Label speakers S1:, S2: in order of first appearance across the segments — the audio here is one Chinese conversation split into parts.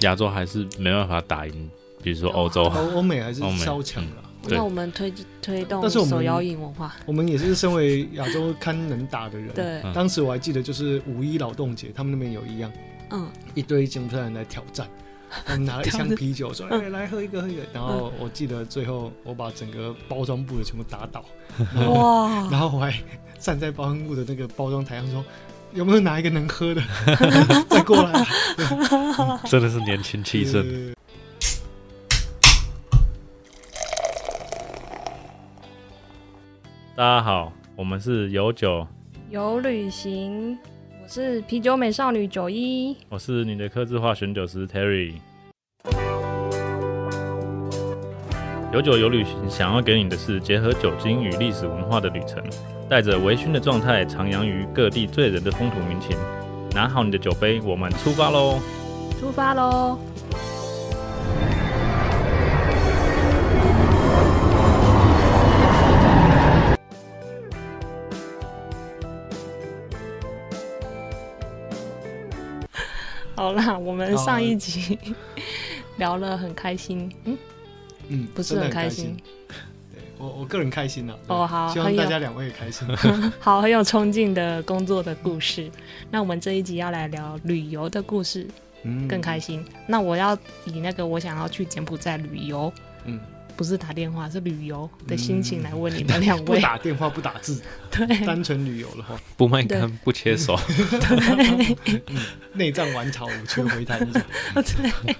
S1: 亚洲还是没办法打赢，比
S2: 啊
S1: 如说欧 洲。
S2: 欧欧美还是
S1: 哦欧美嗯
S2: 稍强了。
S1: 对
S3: 那我们推推动
S2: 但是我们
S3: 手摇饮文化，
S2: 我们也是身为亚洲堪能打的人。
S3: 对，
S1: 嗯
S2: 当时我还记得，就是五一劳动节，他们那边有一样，
S3: 嗯，
S2: 一堆柬埔寨人来挑战，他们拿了一箱啤酒， 说：“哎、来喝一个，喝一
S3: 嗯
S2: 个。”然后我记得最后我把整个包装部的全部打倒，然后
S3: 哇，
S2: 然后我还站在包装部的那个包装台上说：“有没有哪一个能 喝的？再过来啊、
S1: 真的是年轻气盛。
S2: 对
S1: 大家好，我们是有酒，
S4: 有旅行，我是啤酒美少女九一，
S1: 我是你的客制化选酒师 Terry。有酒有旅行，想要给你的是结合酒精与历史文化的旅程，带着微醺的状态，徜徉于各地醉人的风土民情。拿好你的酒杯，我们出发喽！
S4: 出发喽！
S3: 好啦，我们
S2: 好
S3: 上一集聊了很开心，嗯，
S2: 嗯，
S3: 不是
S2: 真的
S3: 很
S2: 很
S3: 开
S2: 心
S3: 心。
S2: 对我我个人开心啊。对
S3: 哦好
S2: 希望
S3: 很有
S2: 大家两位也 开心。
S3: 好，很有冲劲的工作的故事。那我们这一集要来聊旅游的故事，
S2: 嗯，
S3: 更开心。那我要以那个我想要去柬埔寨旅游，
S2: 嗯，
S3: 不是打电话，是旅游的心情来问你 们两
S2: 不
S3: 位。
S2: 打电话不打字，
S3: 对
S2: 单纯旅游了哈，
S5: 不卖
S3: 对
S5: 干不切手，
S2: 嗯内脏完草五缺回弹一下。
S3: 对，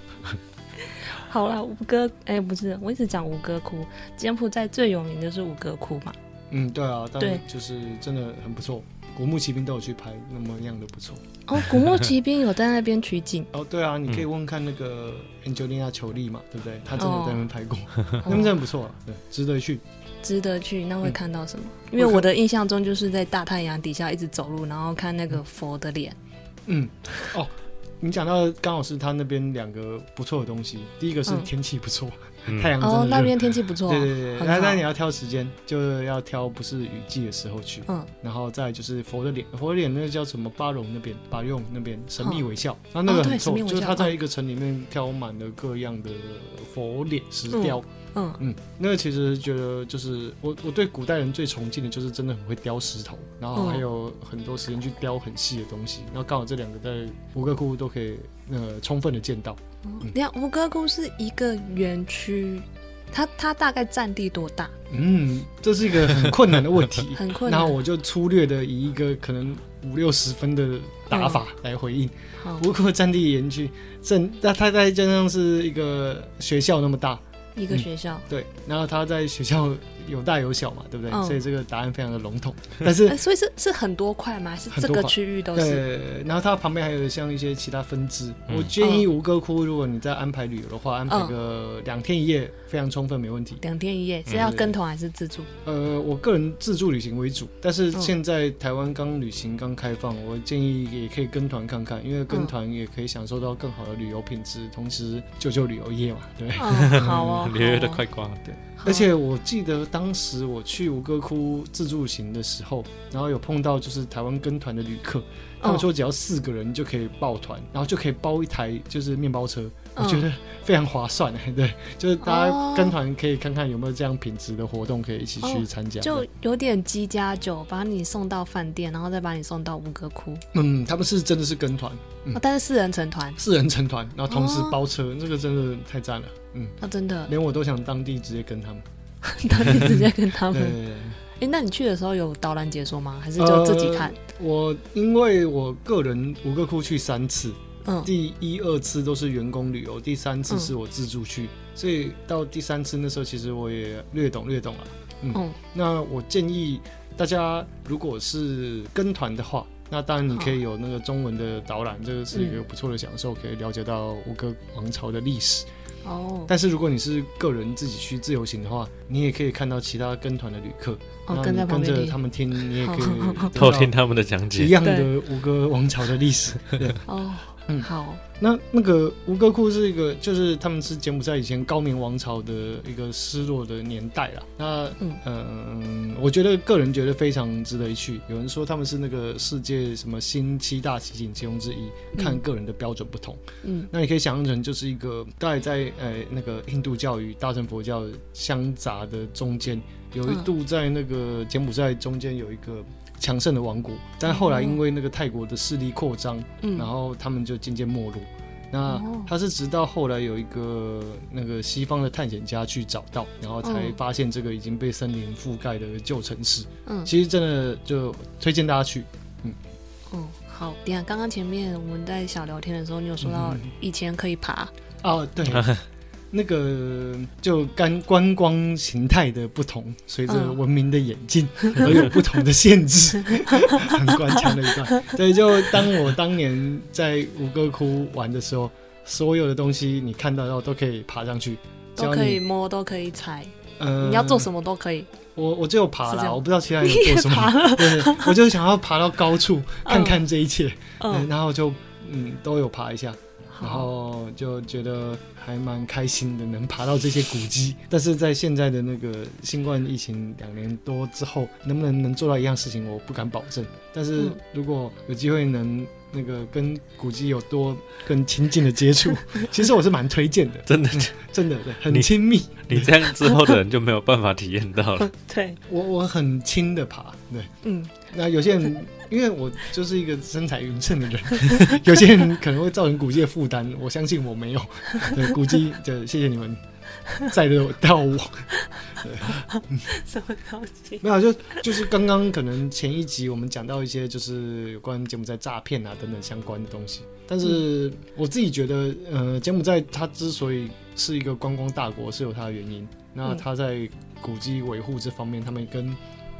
S3: 好了，吴哥，哎、不是，我一直讲吴哥窟，柬埔寨最有名就是吴哥窟嘛。
S2: 嗯，对啊，但
S3: 对
S2: 就是真的很不错，古墓奇兵都有去拍，那么样的不错。
S3: 哦，古墓奇兵有在那边取
S2: ，
S3: 景
S2: 哦，对啊，你可以问看那个 Angelina 裘丽嘛，对不对？她真
S3: 哦
S2: 的在那边拍过， 那边真的不错啊，对，值得去。
S3: 值得去。那会看到什么？因
S2: 会
S3: 为
S2: 看
S3: 我的印象中就是在大太阳底下一直走路，然后看那个佛的脸。
S2: 嗯，哦，你讲到刚好是他那边两个不错的东西，第一个是
S3: 嗯
S2: 天气不错，
S5: 嗯
S2: 太阳真的
S3: 哦，
S2: 热
S3: 那边天气不错、
S2: 对对对，
S3: 很
S2: 那
S3: 好
S2: 那你要挑时间，就要挑不是雨季的时候去。
S3: 嗯，
S2: 然后再来就是佛的脸，佛的脸那个叫什么巴戎那边，巴用那边神秘微笑，然后那个
S3: 哦对
S2: 很臭，
S3: 神秘微
S2: 就是
S3: 笑
S2: 他在一个城里面挑满了各样的佛脸石雕，
S3: 嗯
S2: 嗯那个其实觉得就是我我对古代人最崇敬的就是真的很会雕石头，然后还有很多时间去雕很细的东西，然后刚好这两个在吴哥窟都可以呃充分的见到，
S3: 你看吴哥窟是一个园区，它它大概占地多大？，
S2: 嗯，这是一个很困难的问题
S3: 很困难
S2: 然后我就粗略的以一个可能五六十分的打法
S3: 嗯
S2: 来回应。
S3: 好，
S2: 吴哥占地园区，正那它在就像是一个学校那么大，
S3: 一个学校。
S2: 对，然后它在学校有大有小嘛，对不对？
S3: 嗯
S2: 所以这个答案非常的笼统，但是
S3: 哎、所以是是很多块吗？还是
S2: 嗯很
S3: 这
S2: 多
S3: 个
S2: 块
S3: 区域都是？
S2: 对，然后它旁边还有像一些其他分支。
S5: 嗯
S2: 我建议吴哥窟，如果你在安排旅游的话，安排
S3: 嗯
S2: 个两天一夜，非常充分，没问题。
S3: 两天一夜是要跟团还是自助？
S2: 呃，我个人自助旅行为主，但是
S3: 嗯
S2: 现在台湾刚旅行刚开放，我建议也可以跟团看看，因为跟
S3: 嗯
S2: 团也可以享受到更好的旅游品质，同时救救旅游业嘛，对不对？
S3: 嗯，好 哦，
S5: 纽约
S3: 好
S5: 的
S3: 哦
S5: 快挂
S2: 嗯
S5: 了。
S3: 好
S2: 而且我记得当时我去吴哥窟自助行的时候，然后有碰到就是台湾跟团的旅客，
S3: 嗯
S2: 他们说只要四个人就可以报团，然后就可以包一台就是面包车，
S3: 嗯
S2: 我觉得非常划算。 对，就是大
S3: 哦
S2: 家跟团可以看看有没有这样品质的活动可以一起去参加。
S3: 就有点鸡加酒，把你送到饭店，然后再把你送到吴哥窟，
S2: 嗯，他们是真的是跟团，嗯
S3: 哦但是四人成团，
S2: 四人成团，然后同时
S3: 哦
S2: 包车，这个真的太赞了。嗯，
S3: 那哦真的，
S2: 连我都想当地直接跟他们。
S3: 当你直接跟他
S2: 对
S3: 们。
S2: 对对。
S3: 哎、那你去的时候有导览解说吗？还是就自己看？
S2: 我因为我个人吴哥窟去三次，
S3: 嗯，
S2: 第一、二次都是员工旅游，第三次
S3: 嗯
S2: 是我自助去，所以到第三次那时候，其实我也略懂略懂了。
S3: 嗯，
S2: 那我建议大家，如果是跟团的话，那当然你可以有那个中文的导览，这个是一个不错的享受，可以了解到吴哥王朝的历史。
S3: 哦，
S2: 但是如果你是个人自己去自由行的话，你也可以看到其他跟团的旅客，
S3: 哦
S2: 那
S3: 跟
S2: 你
S3: 在旁
S2: 跟
S3: 边
S2: 着
S3: 听
S2: 他们听， 你也可以
S3: 好好好
S2: 得到
S5: 偷听他们的讲
S2: 哦一
S5: 解，
S2: 样的吴哥王朝的历史。对
S3: 哦，
S2: 嗯
S3: 好，
S2: 那那个吴哥窟是一个，就是他们是柬埔寨以前高棉王朝的一个失落的年代啦。那
S3: 嗯
S2: 嗯、我觉得个人觉得非常值得一去。有人说他们是那个世界什么新七大奇景其中之一，看
S3: 嗯
S2: 个人的标准不同。
S3: 嗯
S2: 那你可以想象成就是一个大概在呃那个印度教与大乘佛教相杂的中间，有一
S3: 嗯
S2: 度在那个柬埔寨中间有一个强盛的王国，但后来因为那个泰国的势力扩张，
S3: 嗯，
S2: 然后他们就渐渐没落。那
S3: 哦
S2: 他是直到后来有一个那个西方的探险家去找到，然后才
S3: 嗯
S2: 发现这个已经被森林覆盖的旧城市。
S3: 嗯
S2: 其实真的就推荐大家去。
S3: 哦好，等一下刚刚前面我们在小聊天的时候，你有说到
S2: 嗯
S3: 以前可以爬，
S2: 哦，对，那个就干观光形态的不同，随着
S3: 嗯
S2: 文明的演进 而有不同的限制， 很官腔的一段。对，就当我当年在吴哥窟玩的时候，所有的东西你看得到都可以爬上去，只
S3: 都
S2: 要
S3: 可以
S2: 你
S3: 摸，都可以踩，
S2: 呃
S3: 你要做什么都可以。
S2: 我我就有爬
S3: 是这
S2: 啦，
S3: 样
S2: 我不知道 其他人
S3: 你
S2: 有
S3: 也
S2: 做什
S3: 爬
S2: 么，
S3: 了，
S2: 对，我就想要爬到高处看看这一切，嗯
S3: 嗯，
S2: 然后就嗯都有爬一下。然
S3: 好，
S2: 后就觉得还蛮开心的，能爬到这些古迹。但是在现在的那个新冠疫情两年多之后，能不能能做到一样事情，我不敢保证。但是
S3: 嗯
S2: 如果有机会能那个跟古迹有多更亲近的接 触，其实我是蛮推荐的，
S1: 真的，
S2: 真的对，很
S1: 你
S2: 亲密。
S1: 你这样之后的人就没有办法体验到了。
S3: 对，
S2: 我我很轻的爬，对。
S3: 嗯，
S2: 那有些人，因为我就是一个身材匀称的人，有些人可能会造成古迹的负担，我相信我没有。对，古迹就谢谢你们载得到我。
S3: 什么东西？
S2: 没有，就就是刚刚可能前一集我们讲到一些就是有关柬埔寨诈骗啊等等相关的东西，但
S3: 嗯
S2: 是我自己觉得，呃，柬埔寨它之所以是一个观光大国是有它的原因。那
S3: 嗯
S2: 它在古迹维护这方面，他们跟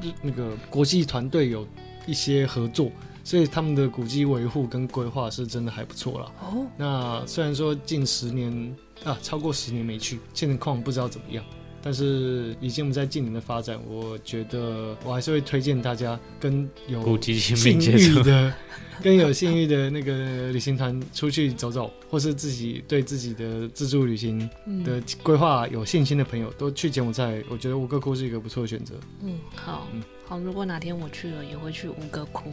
S2: 日那个国际团队有一些合作，所以他们的古迹维护跟规划是真的还不错啦。
S3: 哦，
S2: 那虽然说近十年啊，超过十年没去，现况不知道怎么样。但是以柬埔寨近年的发展，我觉得我还是会推荐大家跟
S1: 古
S2: 有
S1: 籍亲
S2: 信
S1: 密接触
S2: 誉，的、跟有信誉的那个旅行团出去走走，或是自己对自己的自助旅行
S3: 嗯
S2: 的规划有信心的朋友，都去柬埔寨。我觉得吴哥窟是一个不错的选择。
S3: 嗯，好
S2: 嗯
S3: 好，如果哪天我去了，也会去吴哥窟。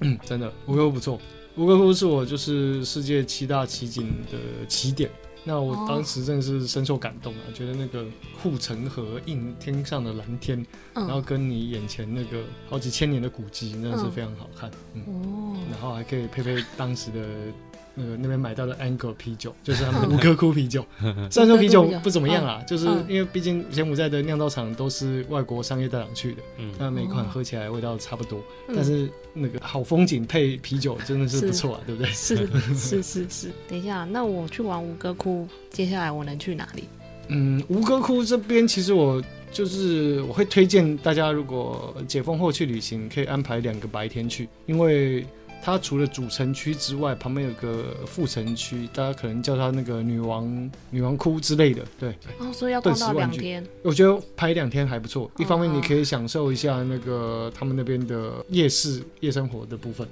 S2: 嗯，真的，吴哥窟不错。吴哥窟是我就是世界七大奇景的起点。那我
S3: 哦
S2: 当时真的是深受感动
S1: 嗯
S2: 啊，觉得那个护城河映天上的蓝天，
S3: 嗯，
S2: 然后跟你眼前那个好几千年的古迹，真的是
S3: 嗯
S2: 非常好看。嗯，
S3: 哦，
S2: 然后还可以配配当时的。那个那边买到的 Angkor 啤酒，就是他们的吴哥窟啤酒。虽然说啤酒不怎么样啦，就是
S3: 嗯
S2: 因为毕竟柬埔寨的酿造厂都是外国商业大厂去的，
S1: 嗯，
S2: 那每款
S3: 哦
S2: 喝起来味道差不多。
S3: 嗯
S2: 但是那个好风景配啤酒真的是不错啊，对不对？
S3: 是是是是，等一下，那我去玩吴哥窟，接下来我能去哪里？
S2: 嗯，吴哥窟这边其实我就是我会推荐大家，如果解封后去旅行，可以安排两个白天去，因为它除了主城区之外，旁边有个副城区，大家可能叫它那个女王女王窟之类的。对，
S3: 哦，所以要
S2: 顿
S3: 逛
S2: 时
S3: 到
S2: 万
S3: 两
S2: 句
S3: 天，
S2: 我觉得排两天还不错，一方面你可以享受一下那个他们那边的夜市夜生活的部分，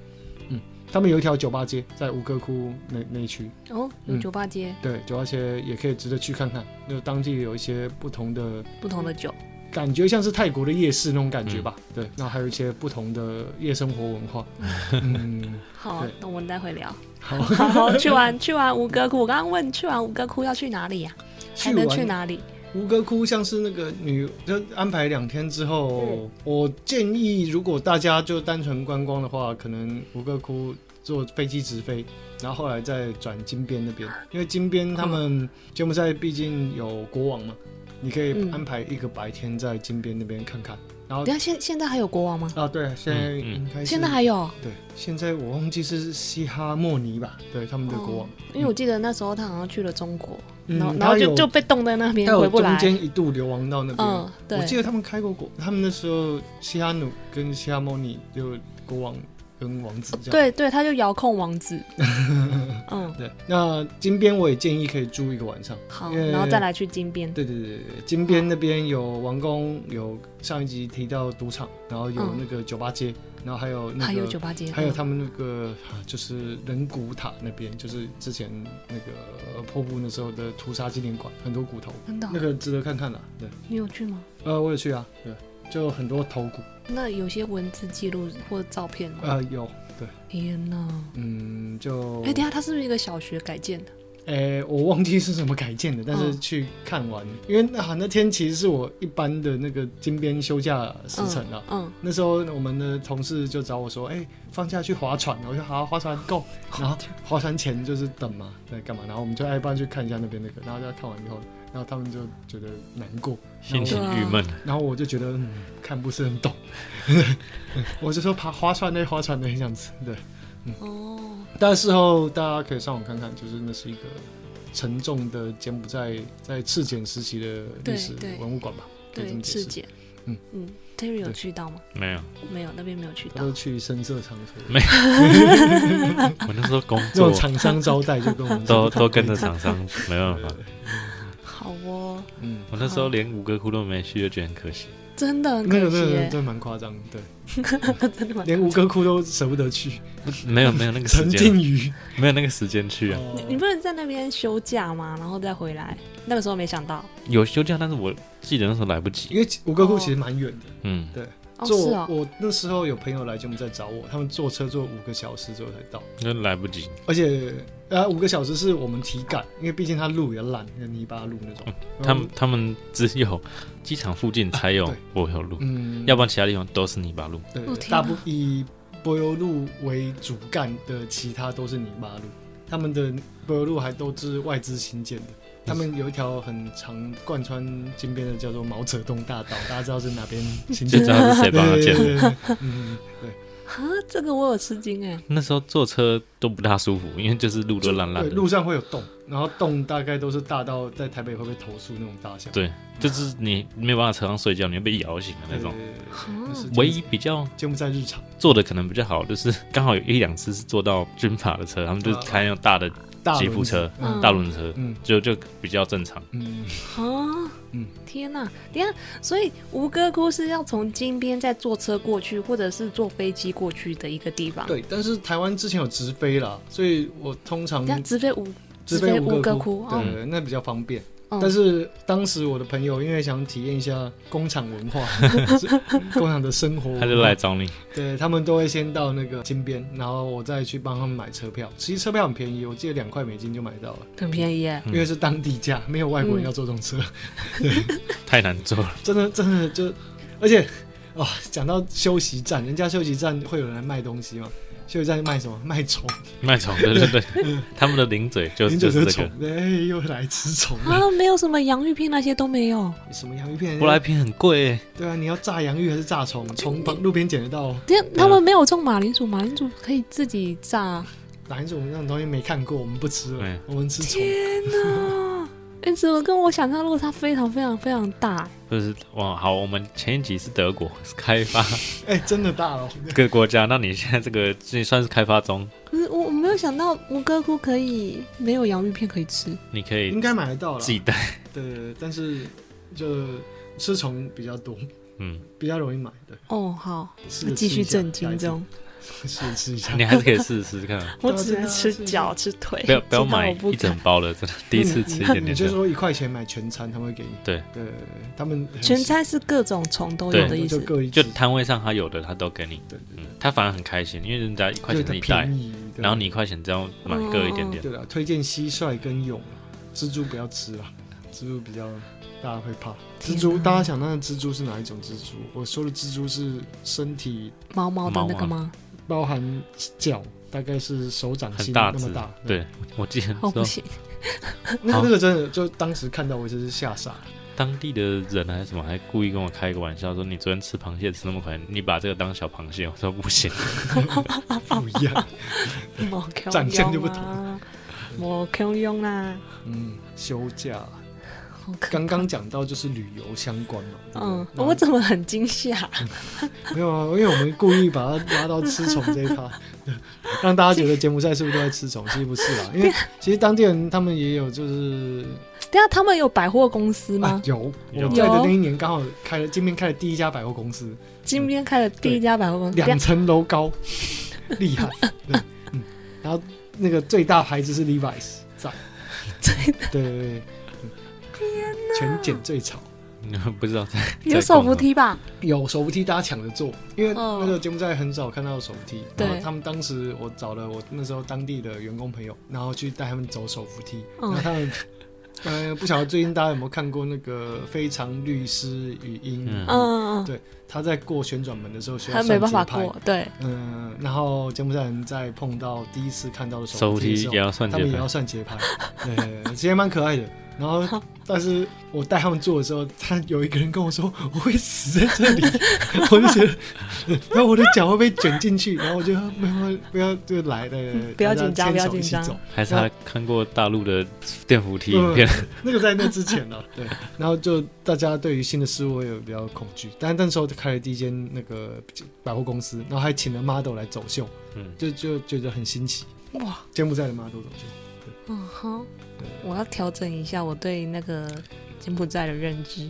S2: 嗯，他们有一条酒吧街在吴哥窟那那一区。
S3: 哦，有
S2: 嗯
S3: 酒吧街，
S2: 对，酒而且也可以值得去看看，就当地有一些不同的
S3: 不同的酒，
S2: 感觉，像是泰国的夜市那种感觉吧。
S1: 嗯
S2: 对，然后还有一些不同的夜生活文化。嗯，
S3: 好
S2: 对，
S3: 那我们待会聊。
S2: 好，
S3: 好好，去玩去玩吴哥窟，我刚刚问去玩吴哥窟要去哪里呀？还能去
S2: 完
S3: 哪里？
S2: 吴哥窟像是那个女，就安排两天之后，我建议如果大家就单纯观光的话，可能吴哥窟坐飞机直飞，然后后来再转金边那
S3: 啊
S2: 边，因为金边他们柬埔寨毕竟有国王嘛，你可以
S3: 嗯
S2: 安排一个白天在金边那边看看。然后
S3: 等一下现现在还有国王吗？
S2: 啊，对，现在
S1: 嗯嗯
S2: 应该是
S3: 现在还有，
S2: 对，现在我忘记是西哈莫尼吧，对他们的国王
S3: 哦，因为我记得那时候他好像去了中国，
S2: 嗯
S3: 然后然
S2: 他
S3: 后
S2: 有
S3: 就就被冻在那边
S2: 他
S3: 回
S2: 有
S3: 不
S2: 中
S3: 来。
S2: 间一度流亡到那边，
S3: 嗯，对
S2: 我，记得他们开过国，他们那时候西哈努跟西哈莫尼就国王跟王子这样。
S3: 对对，他就遥控王 子。嗯，
S2: 对，那金边我也建议可以住一个晚上。
S3: 好，
S2: 因为
S3: 然后再来去金边。
S2: 对对对对对，金边那边有王宫，有上一集提到赌场，然后有
S3: 嗯
S2: 那个酒吧街，然后还有那个
S3: 还有酒吧街，
S2: 还有
S3: 嗯
S2: 他们那个啊就是人骨塔那边，就是之前那个呃破布那时候的屠杀纪念馆，很多骨头，
S3: 真的哦
S2: 那，个值得看看啦。对，
S3: 你有去吗？
S2: 呃，我也去啊，对，就很多头骨，
S3: 那有些文字记录或照片吗？
S2: 呃，有，对，
S3: 天哪！
S2: 嗯，就
S3: 哎、，等一下，它是不是一个小学改建的？
S2: 哎，我忘记是什么改建的，但是
S3: 嗯
S2: 去看完，因为啊那天其实是我一般的那个金边休假时辰啊。
S3: 嗯，
S2: 那时候我们的同事就找我说：“哎、放假去划船。”我说：“好、划船够。”然后划船前就是等嘛，在干嘛？然后我们就哎，不然去看一下那边那个。然后大家看完以后，然后他们就觉得难过，
S5: 心情郁闷，
S2: 然后我就觉得、嗯、看不是很懂， 我就说爬划船嘞，划船嘞这样子。对，
S3: 哦，
S2: 但事后大家可以上网看看，就是那是一个沉重的柬埔寨在赤柬时期的历史
S3: 对对
S2: 文物馆吧。可以这
S3: 对，
S2: 么解
S3: 赤
S2: 释
S3: 柬。
S2: 嗯
S3: 嗯，Terry 有
S2: 对呃
S3: 去到吗？
S5: 没有。
S2: 啊
S3: 没有，那边没有去
S2: 他
S3: 到
S2: 都。去深色场所，
S5: 没我那时候工
S2: 那种
S5: 作
S2: 厂商招待就 跟我们
S5: 都都跟着厂商， 没办法。
S3: 好哦，
S2: 嗯。
S5: 我那时候连五个窟窿没去，就觉得很可 惜。
S3: 真的很
S2: 那
S3: 可
S2: 个
S3: 惜
S2: 真的
S3: 耶
S2: 真，的蛮夸张的，对，
S3: 真的蛮
S2: 连吴哥窟都舍不得去。
S5: 没有没有那个 时
S2: 陈
S5: 间，
S2: 靖宇，
S5: 没有那个时间去啊。
S3: 你你
S2: 哦
S3: 不能在那边休假吗？然后再回来？那个时候没想到，
S5: 有休假，但是我记得那时候来不及。
S2: 因为吴哥窟其实蛮远的，
S5: 嗯，
S3: 哦，
S2: 坐
S3: 是哦，
S2: 我那时候有朋友来柬埔寨找我，他们坐车坐五个小时左右才到，
S5: 那来不及。
S2: 而且呃五个小时是我们体感，因为毕竟它路也烂，那泥巴路那种。
S5: 嗯他们他们只有机场附近才有
S2: 啊
S5: 柏油路，
S2: 嗯，
S5: 要不然其他地方都是泥巴路。
S2: 对
S3: 哦天
S2: 大部
S3: 哪
S2: 以柏油路为主干的，其他都是泥巴路，他们的柏油路还都是外资新建的。他们有一条很长贯穿金边的，叫做毛泽东大道，大家知道是哪边 新
S5: 就知
S2: 建的？
S5: 道是谁
S2: 对
S5: 帮他
S2: 对
S5: 建的。
S2: 对对对嗯，对，
S3: 啊，这个我有吃惊哎，
S5: 那时候坐车都不大舒服，因为就是路都 烂烂
S2: 对，
S5: 的，
S2: 路上会有洞，然后洞大概都是大到在台北会被投诉那种大小，
S5: 对就是你没有办法车上睡觉，你会被摇醒的那
S2: 对，
S5: 种。
S2: 那是
S5: 唯一比较
S2: 柬埔寨日常，
S5: 做的可能比较好，就是刚好有一两次是坐到军法的车，他们就是开那种大的
S2: 大
S5: 吉
S2: 轮
S5: 普
S2: 子
S5: 车、
S3: 嗯
S5: 大轮车，
S2: 啊嗯
S5: 就就比较正常。
S2: 嗯，
S3: 啊，
S2: 嗯
S3: 天哪、等一下，所以吴哥窟是要从金边再坐车过去，或者是坐飞机过去的一个地方。，
S2: 对，但是台湾之前有直飞啦，所以我通常
S3: 等一下直飞吴
S2: 直
S3: 飞
S2: 飞
S3: 吴
S2: 吴
S3: 哥
S2: 哥
S3: 窟，哦
S2: 对，那比较方便。
S3: 嗯
S2: 但是当时我的朋友因为想体验一下工厂 文化，是工厂的生活文化，
S5: 他就来找你，
S2: 对他们都会先到那个金边，然后我再去帮他们买车票。其实车票很便宜，我记得两块美金就买到了，
S3: 很便宜耶。
S5: 嗯
S2: 因为是当地价，没有外国人要坐这种车，
S5: 太难做了。
S2: 真的真的就，而且哦，讲到休息站，人家休息站会有人来卖东西嘛。休息站卖什么？卖虫，
S5: 卖虫，对对 对，他们的零嘴就
S2: 您
S5: 就
S2: 就是是
S5: 这
S2: 虫
S5: 个。，
S2: 哎，又来吃虫了。
S3: 啊，没有什么洋芋片那些都没有。
S5: 嗯
S2: 什么洋芋片？
S5: 舶来品很贵欸，
S2: 对啊，你要炸洋芋还是炸虫？ 虫旁路边捡得到，
S3: 等一下他们没有种马铃薯，马铃薯可以自己炸。
S2: 哪一种那种东西没看过，我们不吃了，
S5: 嗯
S2: 我们吃虫。
S3: 天哪、哎、怎么跟我想象落差非常非常非常大？
S5: 就是哇，好，我们前一集是德国开发
S2: 哎、真的大了，
S5: 各个国家，那你现在这个这算是开发中，
S3: 可是我我没有想到吴哥窟可以没有洋芋片可以吃。
S5: 你可以
S2: 应该买得到了。
S5: 自己带，
S2: 对对对，但是就吃虫比较多，
S5: 嗯，
S2: 比较容易买的。
S3: 哦，好，
S2: 试着
S3: 继
S2: 吃一
S3: 续
S2: 下
S3: 震惊，中。
S2: 下一次 试着吃一下。
S5: 你还是可以试试看 啊，
S3: 我
S2: 对啊
S3: 只
S2: 真的
S3: 能
S2: 啊
S3: 吃
S2: 是
S3: 脚吃腿，
S5: 不要不要
S3: 知道
S5: 买
S3: 我不
S5: 一整
S3: 敢
S5: 包的，真的第一次吃一点
S2: 你
S5: 点
S2: 就
S5: 就。
S2: 说一块钱买全餐，他们会给你。
S5: 对
S2: 对，他们很
S3: 全餐是各种虫都有
S5: 对
S3: 的意
S2: 就
S3: 思。
S2: 各一
S5: 就
S2: 只
S5: 摊位上他有的他都给你，
S2: 对
S5: 嗯，他反而很开心，因为人家一块
S2: 就
S5: 钱自
S2: 它
S5: 己带
S2: 便，宜。对
S5: 然后你一块钱只要买各一点点，
S2: 对了，推荐蟋蟀跟蛹，蜘蛛不要吃啦，蜘蛛比较大家会怕。蜘蛛，
S3: 天哪
S2: 大家想那蜘蛛是哪一种蜘蛛？我说的蜘蛛是身体
S3: 毛毛的
S5: 毛
S3: 那个
S5: 啊
S3: 吗？
S2: 包含脚，大概是手掌
S5: 很
S2: 心
S5: 大
S2: 嗯那
S5: 只
S2: 么大。，
S5: 对我记得
S3: 哦，不
S5: 说
S3: 行，
S2: 那
S5: 好
S2: 那个真的就当时看到我真是吓傻了。
S5: 当地的人还是什么，还故意跟我开个玩笑说：“你昨天吃螃蟹吃那么快，你把这个当小螃蟹。”我 说：“不行，
S2: 不一样。
S3: 毛 Q 啊
S2: 长相就不同
S3: 同，毛 Q 用啦。
S2: 嗯，休假
S3: 好可怕
S2: 刚刚讲到就是旅游相关嘛，对不对嗯
S3: 嗯，
S2: 那
S3: 我怎么很惊吓？
S2: 没有啊，因为我们故意把它拉到吃虫这一趴， 让大家觉得柬埔寨是不是都在吃虫？其实不是啦，因为其实当地人他们也有就是
S3: 等一下他们有百货公司
S2: 啊
S3: 吗？
S2: 有，
S1: 有
S2: 我在的那一年刚好开了，今天开了第一家百货公司，
S3: 今天开的第一家百货公司，等
S2: 两
S3: 一下
S2: 层楼高， 厉害。对，嗯，然后那个最大牌子是 Levi's，赞，对对对，天全简最潮。
S5: 不知道在
S3: 有手扶，梯吧？
S2: 有手扶梯，大家抢着坐，因为
S3: 哦
S2: 那个柬埔寨很少看到手扶梯。
S3: 对
S2: 然后他们当时我找了我那时候当地的员工朋友，然后去带他们走手扶梯。
S3: 嗯
S2: 然后他们， 呃，不晓得最近大家有没有看过那个《非常律师与英语》
S5: 嗯
S3: 嗯，嗯
S2: 对他在过旋转门的时候需要
S3: 他没办法
S2: 算节拍
S3: 过。，对，
S2: 嗯、然后柬埔寨人在碰到第一次看到的
S5: 手扶
S2: 梯的
S5: 梯
S2: 时候
S5: 也要算
S2: 他
S5: 节
S2: 们也
S5: 拍
S2: 要，算节拍，对，其实蛮可爱的。然 后，但是我带他们做的时候，他有一个人跟我说我会死在这里， 我就觉得，然后我的脚会被卷进去，然后我就没有不要就来的，对
S3: 不要
S2: 大家
S3: 紧张
S2: 牵手
S3: 不要紧张
S2: 一起走
S5: 还是他看过大陆的电扶梯影片？
S2: 那个在那之前呢， 对，然后就大家对于新的事物会有比较恐惧，但那时候开了第一间那个百货公司，然后还请了 model 来走秀，
S5: 嗯，
S2: 就就觉得很新奇，
S3: 哇，
S2: 柬埔寨的 model 走秀。
S3: 嗯哼
S2: 对，
S3: 我要调整一下我对那个柬埔寨的认知。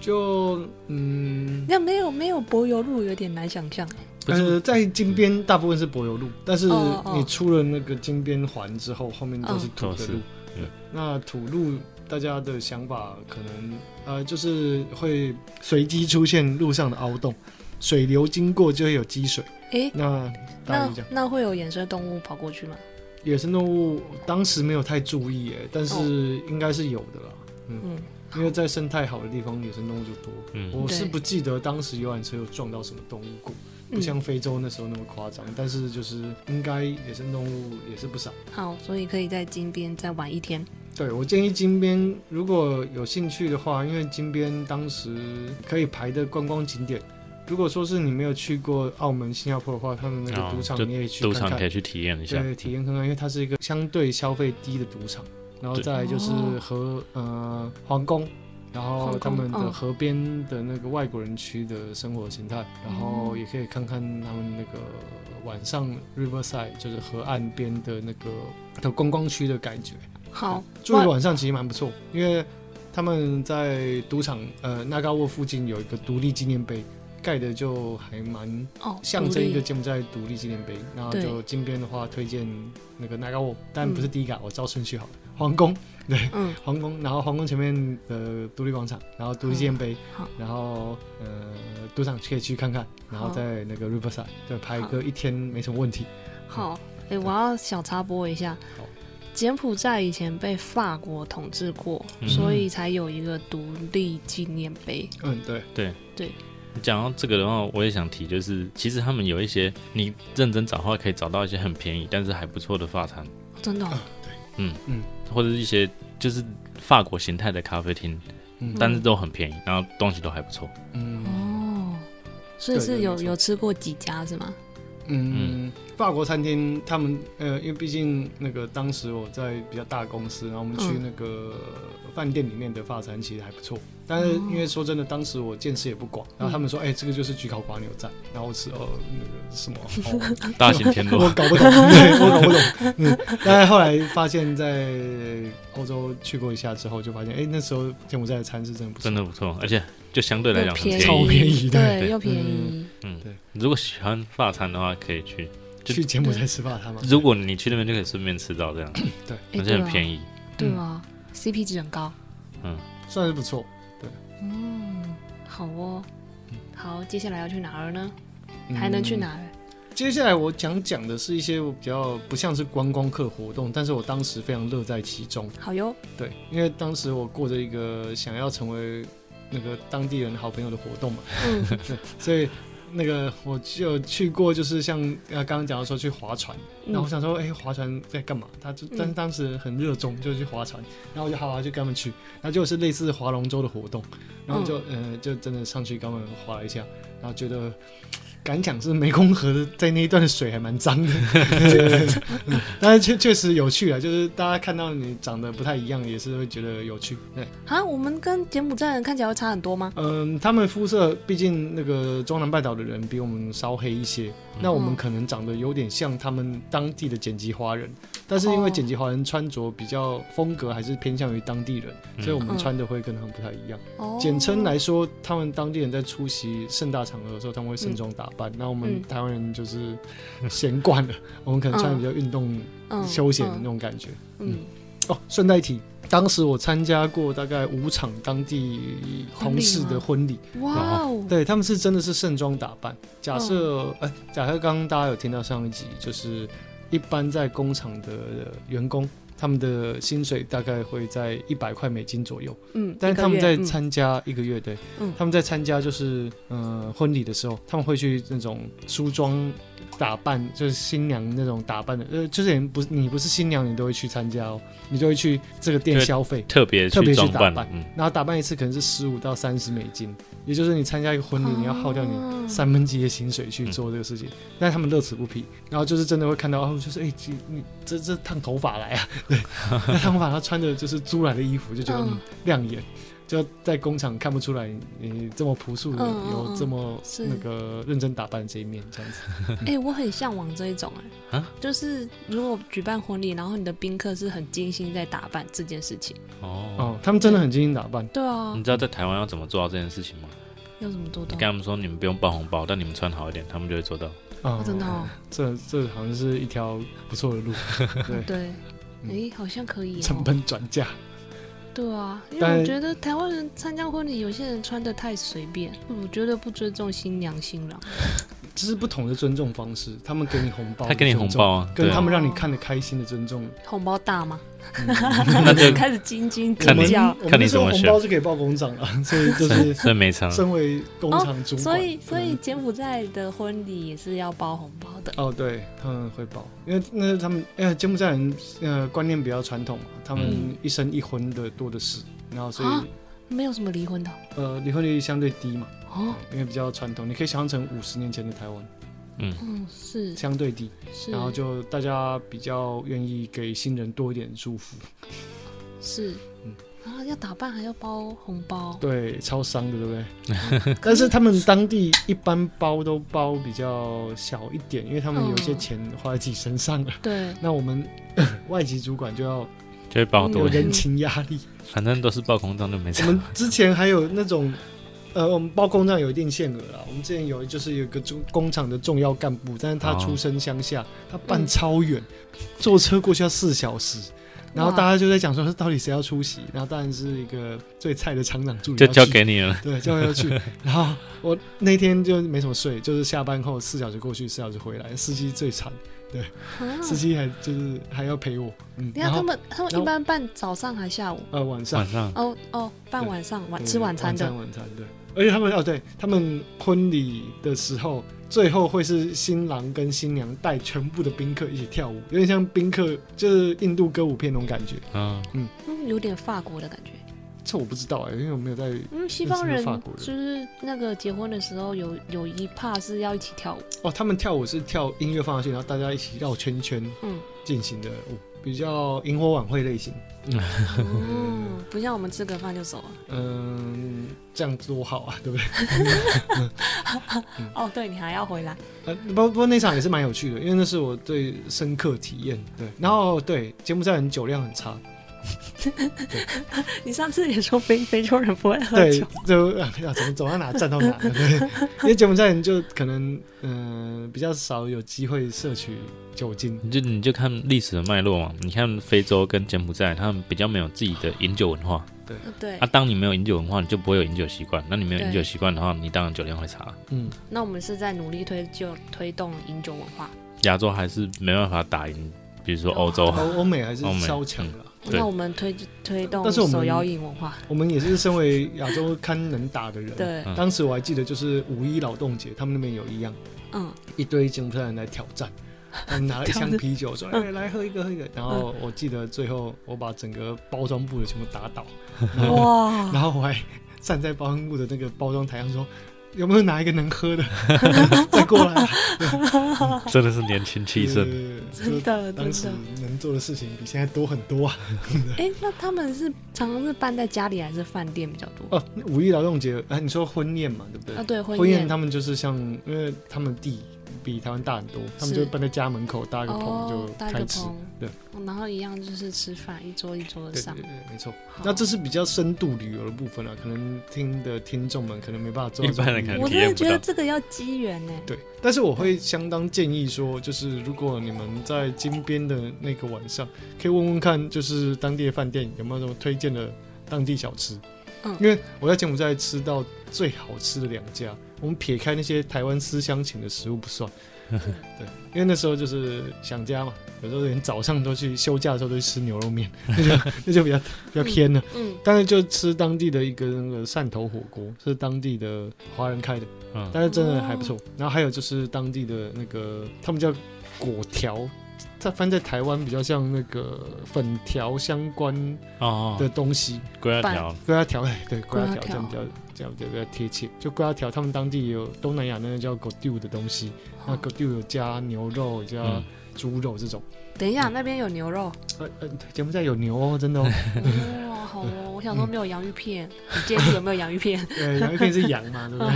S2: 就嗯，
S3: 那没有没有柏油路有点难想象，
S5: 不是嗯
S2: 呃，在金边大部分是柏油路，但是
S3: 哦哦
S2: 你出了那个金边环之后，后面都是土
S5: 嗯都
S2: 的
S5: 是
S2: 路。
S5: 嗯
S2: 对那土路大家的想法可能呃，就是会随机出现路上的凹洞，水流经过就会有积水。
S3: 诶，
S2: 那大
S3: 那
S2: 家讲
S3: 那会有野生动物跑过去吗？
S2: 野生动物当时没有太注意诶，但是
S3: 哦
S2: 应该是有的啦。
S3: 嗯，
S2: 因为在生态好的地方，野生动物就多。
S5: 嗯，
S2: 我是
S3: 对
S2: 不记得当时游览车有撞到什么动物过。
S3: 嗯
S2: 不像非洲那时候那么夸张，但是就是应该野生动物也是不少。
S3: 嗯、好，所以可以在金边再玩一天。
S2: 对我建议金边如果有兴趣的话，因为金边当时可以排的观光景点，如果说是你没有去过澳门、新加坡的话，他们那
S5: 哦
S2: 个赌场
S5: 就
S2: 你也去
S5: 赌
S2: 看
S5: 场
S2: 看，
S5: 可以去体验一下，
S2: 对，体验看看，因为它是一个相对消费低的赌场。然后
S5: 对
S2: 再来就是
S3: 哦
S2: 和、呃皇宫，然后
S3: 皇宫
S2: 他们的
S3: 嗯
S2: 河边的那个外国人区的生活形态，然
S3: 嗯
S2: 后也可以看看他们那个晚上 Riverside 就是河岸边的那个的观光区的感觉。
S3: 好，
S2: 住一个晚上其实蛮不错，因为他们在赌场呃纳高沃附近有一个独立纪念碑，盖的就还蛮
S3: 哦，
S2: 象
S3: 独
S2: 征一个
S3: 立
S2: 柬埔寨独立纪念碑。然后
S3: 对
S2: 就金边的话，推荐那个纳高沃，但不是第一个啊，我照顺序好了，皇宫。对，
S3: 嗯
S2: 皇宫，然后皇宫前面的独立广场，然后独立纪念碑
S3: 好好，
S2: 然后呃，赌场可以去看看，然后
S3: 好
S2: 在那个 Riverside 对拍个一天没什么问题。
S3: 好，哎、我要小插播一下
S2: 好，
S3: 柬埔寨以前被法国统治过，
S5: 嗯
S3: 所以才有一个独立纪念碑。
S2: 嗯，对，
S5: 讲到这个的话，我也想提，就是其实他们有一些你认真找的话，可以找到一些很便宜但是还不错的发餐，
S3: 真的哦、
S5: 或者是一些就是法国形态的咖啡厅，
S2: 嗯
S5: 但是都很便宜，然后东西都还不错。
S2: 嗯
S3: 哦，所以
S2: 对
S3: 是
S2: 对
S3: 有
S2: 没错
S3: 有吃过几家是吗？
S2: 嗯，法国餐厅他们呃，因为毕竟那个当时我在比较大公司，然后我们去
S3: 嗯
S2: 那个饭店里面的法餐其实还不错，但是因为说真的，当时我见识也不
S5: 嗯
S2: 广，然后他们说，哎、这个就是焗烤瓜牛仔，然后我吃哦那个 什么，哦、
S5: 大型天
S2: 我
S5: 罗，
S2: 搞不懂，对我搞不懂。 嗯，但是后来发现，在欧洲去过一下之后，就发现，哎、那时候柬埔寨的餐是真的不错
S5: 真。的不错，而且就相对来
S3: 又
S5: 讲很便
S3: 便宜，
S2: 超
S5: 宜。
S2: 便宜嗯的
S3: 对，
S5: 对
S3: 又便宜。
S5: 如果喜欢法餐的话，可以去。就
S2: 去柬埔寨吃法餐吗？
S5: 如果你去那边就可以顺便吃到这样，
S3: 哎
S5: 而且很便宜。
S3: 对啊，对啊，CP
S2: 嗯
S3: 值很高。
S2: 算是不错。
S3: 嗯，好哦。好，接下来要去哪儿呢？还能去
S2: 嗯
S3: 哪儿？
S2: 接下来我想讲的是一些比较不像是观光客活动，但是我当时非常乐在其中。
S3: 好哟，
S2: 对，因为当时我过着一个想要成为那个当地人好朋友的活动嘛，
S3: 嗯，
S2: 所以那个我就去过，就是像呃刚刚讲的说去划船，然后我
S3: 嗯
S2: 想说，哎、划船在干嘛？他就但是当时很热衷，就去划船，然后我就好好就跟他们去，然后就是类似
S3: 嗯
S2: 划龙舟的活动，然后就、呃就真的上去跟他们划了一下，然后觉得敢讲是湄公河的在那一段的水还蛮脏的， 但是确确实有趣啊，就是大家看到你长得不太一样，也是会觉得有趣。对，
S3: 啊，我们跟柬埔寨人看起来会差很多吗？
S2: 嗯，他们肤色毕竟那个中南半岛的人比我们稍黑一些，
S3: 嗯
S2: 那我们可能长得有点像他们当地的剪辑华人，但是因为
S3: 哦
S2: 剪辑华人穿着比较风格还是偏向于当地人，所以我们
S3: 嗯
S2: 穿的会跟他们不太一样。
S3: 哦，
S2: 简称来说，他们当地人在出席盛大场合的时候，他们会盛装打扮。那我们
S3: 嗯
S2: 台湾人就是闲惯了，我们可能穿的比较运动、
S3: 嗯
S2: 休闲的那种感觉。
S3: 嗯，
S2: 哦，顺带一提，当时我参加过大概五场当地同事的婚礼，
S3: 嗯哇哦，
S2: 对他们是真的是盛装打扮。假设，哎、假设刚刚大家有听到上一集，就是一般在工厂的员工。他们的薪水大概会在一百块美金左右，
S3: 嗯，
S2: 但是他们
S3: 一个
S2: 在
S3: 月嗯
S2: 参加一个乐队，
S3: 嗯
S2: 他们在参加就是呃婚礼的时候，他们会去那种梳妆打扮，就是新娘那种打扮的，呃，就是连不是你不是新娘，你都会去参加哦，你就会去这个店
S5: 对
S2: 消费，
S5: 特别
S2: 特别去
S5: 装
S2: 打
S5: 扮
S2: 扮，
S5: 嗯，
S2: 然后打扮一次可能是十五到三十美金，也就是你参加一个婚礼，你要耗掉你
S3: 哦
S2: 三分之一的薪水
S5: 嗯
S2: 去做这个事情，但他们乐此不疲。然后就是真的会看到，哦，就是哎、这你这这烫头发来啊， 对，那烫头发他穿的就是租来的衣服，就觉得
S3: 嗯
S2: 嗯亮眼，就在工厂看不出来你你这么朴素的，
S3: 嗯嗯
S2: 有这么
S3: 是
S2: 那个认真打扮的这一面，这样子。
S3: 哎、我很向往这一种哎、
S5: 啊
S3: 就是如果举办婚礼，然后你的宾客是很精心在打扮这件事情。
S5: 哦，
S2: 哦，他们真的很精心打扮，
S3: 对啊
S5: 你，知道在台湾要怎么做到这件事情
S2: 哦
S5: 吗？
S3: 要怎么做
S5: 你
S3: 到
S5: 跟？他们说你们不用包红包，但你们穿好一点，他们就会做到。
S2: 哦
S3: 真的、哦，
S2: 这这好像是一条不错的路，对，
S3: 对，哎、
S2: 嗯
S3: 好像可以、哦。
S2: 成本转嫁。
S3: 对啊，因
S2: 但
S3: 为我觉得台湾人参加婚礼，有些人穿的太随便，我觉得不尊重新娘新郎。
S2: 这是不同的尊重方式，他们给你红包，
S5: 他给你红，包啊，
S2: 跟
S5: 对
S2: 他
S5: 啊，
S2: 们让你看得开心的尊重，嗯
S3: 红包大吗？
S5: 那就
S3: 开始斤斤
S5: 看
S3: 计
S5: 你
S3: 较。
S2: 我们
S5: 看你
S2: 那时
S5: 怎么
S2: 候红
S5: 选嗯
S2: 包是可以报工长了， 所以就
S5: 对
S2: 是
S5: 这没 差。
S2: 身为工厂主管，
S3: 哦所以，所以
S2: 嗯
S3: 柬埔寨的婚礼也是要包红包的。
S2: 哦，对，他们会报，因为那是他们因为柬埔寨人呃观念比较传统嘛，他们
S5: 嗯
S2: 一生一婚的多的是，然后所以、
S3: 啊没有什么离婚的
S2: 呃离婚率相对低嘛，
S3: 哦，
S2: 因为比较传统，你可以想象成五十年前的台湾
S3: 嗯，是
S2: 相对低，
S3: 是，
S2: 然后就大家比较愿意给新人多一点祝福，
S3: 是，
S2: 嗯
S3: 然后要打扮还要包红包，
S2: 对，超伤的，对不对？ 但是他们当地一般包都包比较小一点，因为他们有一些
S3: 嗯
S2: 钱花在自己身上
S5: 嗯
S2: 了。
S3: 对，
S2: 那我们 外籍主管就要
S5: 就会包
S2: 有
S5: 多一点，
S2: 人情压力。
S5: 反正都是报空账就没
S2: 我
S5: 差。
S2: 们之前还有那种，呃，我们包工账有一定限额啦。我们之前有就是有一个中工厂的重要干部，但是他
S5: 哦
S2: 出身乡下，他办超远，坐车过去要四小时。然后大家就在讲说，到底谁要出席？然后当然是一个最菜的厂长助理
S5: 就
S2: 要
S5: 交
S2: 去
S5: 给你了，
S2: 对，叫他去。然后我那天就没什么睡，就是下班后四小时过去，四小时回来，司机最惨，
S3: 啊
S2: 司机还 就是还要陪我，嗯，
S3: 你看
S2: 然
S3: 他
S2: 后
S3: 们，他们
S2: 然
S3: 一
S2: 后
S3: 般办早上还下午，
S2: 呃晚上
S5: 晚上
S3: 哦哦，办
S2: 对
S3: 晚上晚
S2: 对
S3: 吃晚餐的
S2: 晚餐对，而且他们哦对，他们婚礼的时候。最后会是新郎跟新娘带全部的宾客一起跳舞，有点像宾客就是印度歌舞片那种感觉。
S5: 嗯，
S3: 嗯，有点法国的感觉。
S2: 这我不知道哎、因为我没有在
S3: 嗯，西
S2: 那
S3: 方
S2: 是不是
S3: 人
S2: 法国人
S3: 就是那个结婚的时候有有一趴是要一起 跳舞，
S2: 哦，他们跳舞是跳音乐放下去，然后大家一起绕圈圈
S3: 嗯，
S2: 进行的舞，比较萤火晚会类型。
S3: 哦，不像我们吃个饭就走了。
S2: 嗯，这样多好啊，对不对？嗯
S3: 哦，对你还要回来，
S2: 呃，不过不过那场也是蛮有趣的，因为那是我最深刻体验。对，然后对柬埔寨人酒量很差，
S3: 你上次也说非 非洲人不会喝
S2: 对
S3: 酒，，
S2: 就啊怎么走到哪站到哪，对， 因为柬埔寨人就可能嗯、呃比较少有机会摄取酒精。
S5: 你就你就看历史的脉络嘛。你看非洲跟柬埔寨，他们比较没有自己的饮酒文化。
S3: 呃对
S5: 啊，，当你没有饮酒文化，你就不会有饮酒习惯。那你没有饮
S3: 对
S5: 酒习惯的话，你当然酒量会差。
S2: 嗯，
S3: 那我们是在努力推就推动饮酒文化。
S5: 亚洲还是没办法打赢，比如说欧洲。
S2: 欧欧美还是
S5: 欧美
S2: 稍强了。
S5: 对
S3: 那我们推推动
S2: 但是我们
S3: 手摇饮文化，
S2: 我们也是身为亚洲堪能打的人，
S3: 对，
S5: 嗯
S2: 当时我还记得就是五一劳动节，他们那边有一样。
S3: 嗯，
S2: 一堆柬埔寨人来挑 战，他们拿了一箱啤酒说：“哎，来喝一个，喝一
S3: 嗯
S2: 个。”然后我记得最后我把整个包装 部的全部打倒，然后
S3: 嗯哇，
S2: 然后我还站在包装部的那个包装台上说：“有没有哪一个能 喝的，再过来。
S5: 真的是年轻气
S2: 对
S5: 盛。
S2: 对对
S3: 真
S2: 对
S3: 的
S2: 当
S3: 真
S2: 时
S3: 的。
S2: 能做的事情比现在多很多啊！
S3: 哎、那他们是常常是办在家里还是饭店比较多？
S2: 哦，五一劳动节，哎、你说婚宴嘛，对呃不对？
S3: 啊，对，婚
S2: 婚
S3: 宴
S2: 宴他们就是像，因为他们地比台湾大很多，他们
S3: 是
S2: 就搬在家门口搭一个棚
S3: 哦，
S2: 就
S3: 搭一
S2: 开
S3: 个
S2: 吃。
S3: 棚，
S2: 对
S3: 哦，然后一样就是吃饭，一桌一桌的
S2: 对
S3: 上
S2: 对。对，没错。
S3: 好
S2: 那这是比较深度旅游的部分了、啊，可能听的听众们可能没办法做到这种
S5: 一般人可能
S3: 我
S5: 体
S3: 真
S5: 验
S3: 的
S5: 不
S3: 觉得
S5: 到
S3: 这个要机缘呢。
S2: 对，但是我会相当建议说，就是如果你们在金边的那个晚上，可以问问看，就是当地的饭店有没有什么推荐的当地小吃。
S3: 嗯
S2: 因为我在柬埔寨吃到最好吃的两家，我们撇开那些台湾思乡情的食物 不算，对，因为那时候就是想家嘛，有时候连早上都去休假的时候都去吃牛肉面，那就 那就比较比较偏了。
S3: 嗯，
S2: 但是就吃当地的一个那个汕头火锅，是当地的华人开的，
S5: 嗯
S2: 但是真的还不错。然后还有就是当地的那个，他们叫果条，在翻在台湾比较像那个粉条相关
S5: 哦，
S2: 的东西，
S5: 龟儿条
S2: 龟鸭条，哎，对，龟鸭条
S3: 龟鸭
S2: 这
S3: 条
S2: 样比较这样比较比较贴切。就龟鸭条，他们当地也有东南亚那个叫 g o d u 的东西，那 g o d u 有加牛肉，有加
S5: 嗯
S2: 猪肉这种。
S3: 等一下，那边有牛 肉。
S2: 呃呃，柬埔寨有牛哦，真的哦。
S3: 哇，好哦，我想说没有洋芋片，
S2: 嗯
S3: 你介意有没有洋芋 片？
S2: 对，洋芋片是羊嘛，对不 对？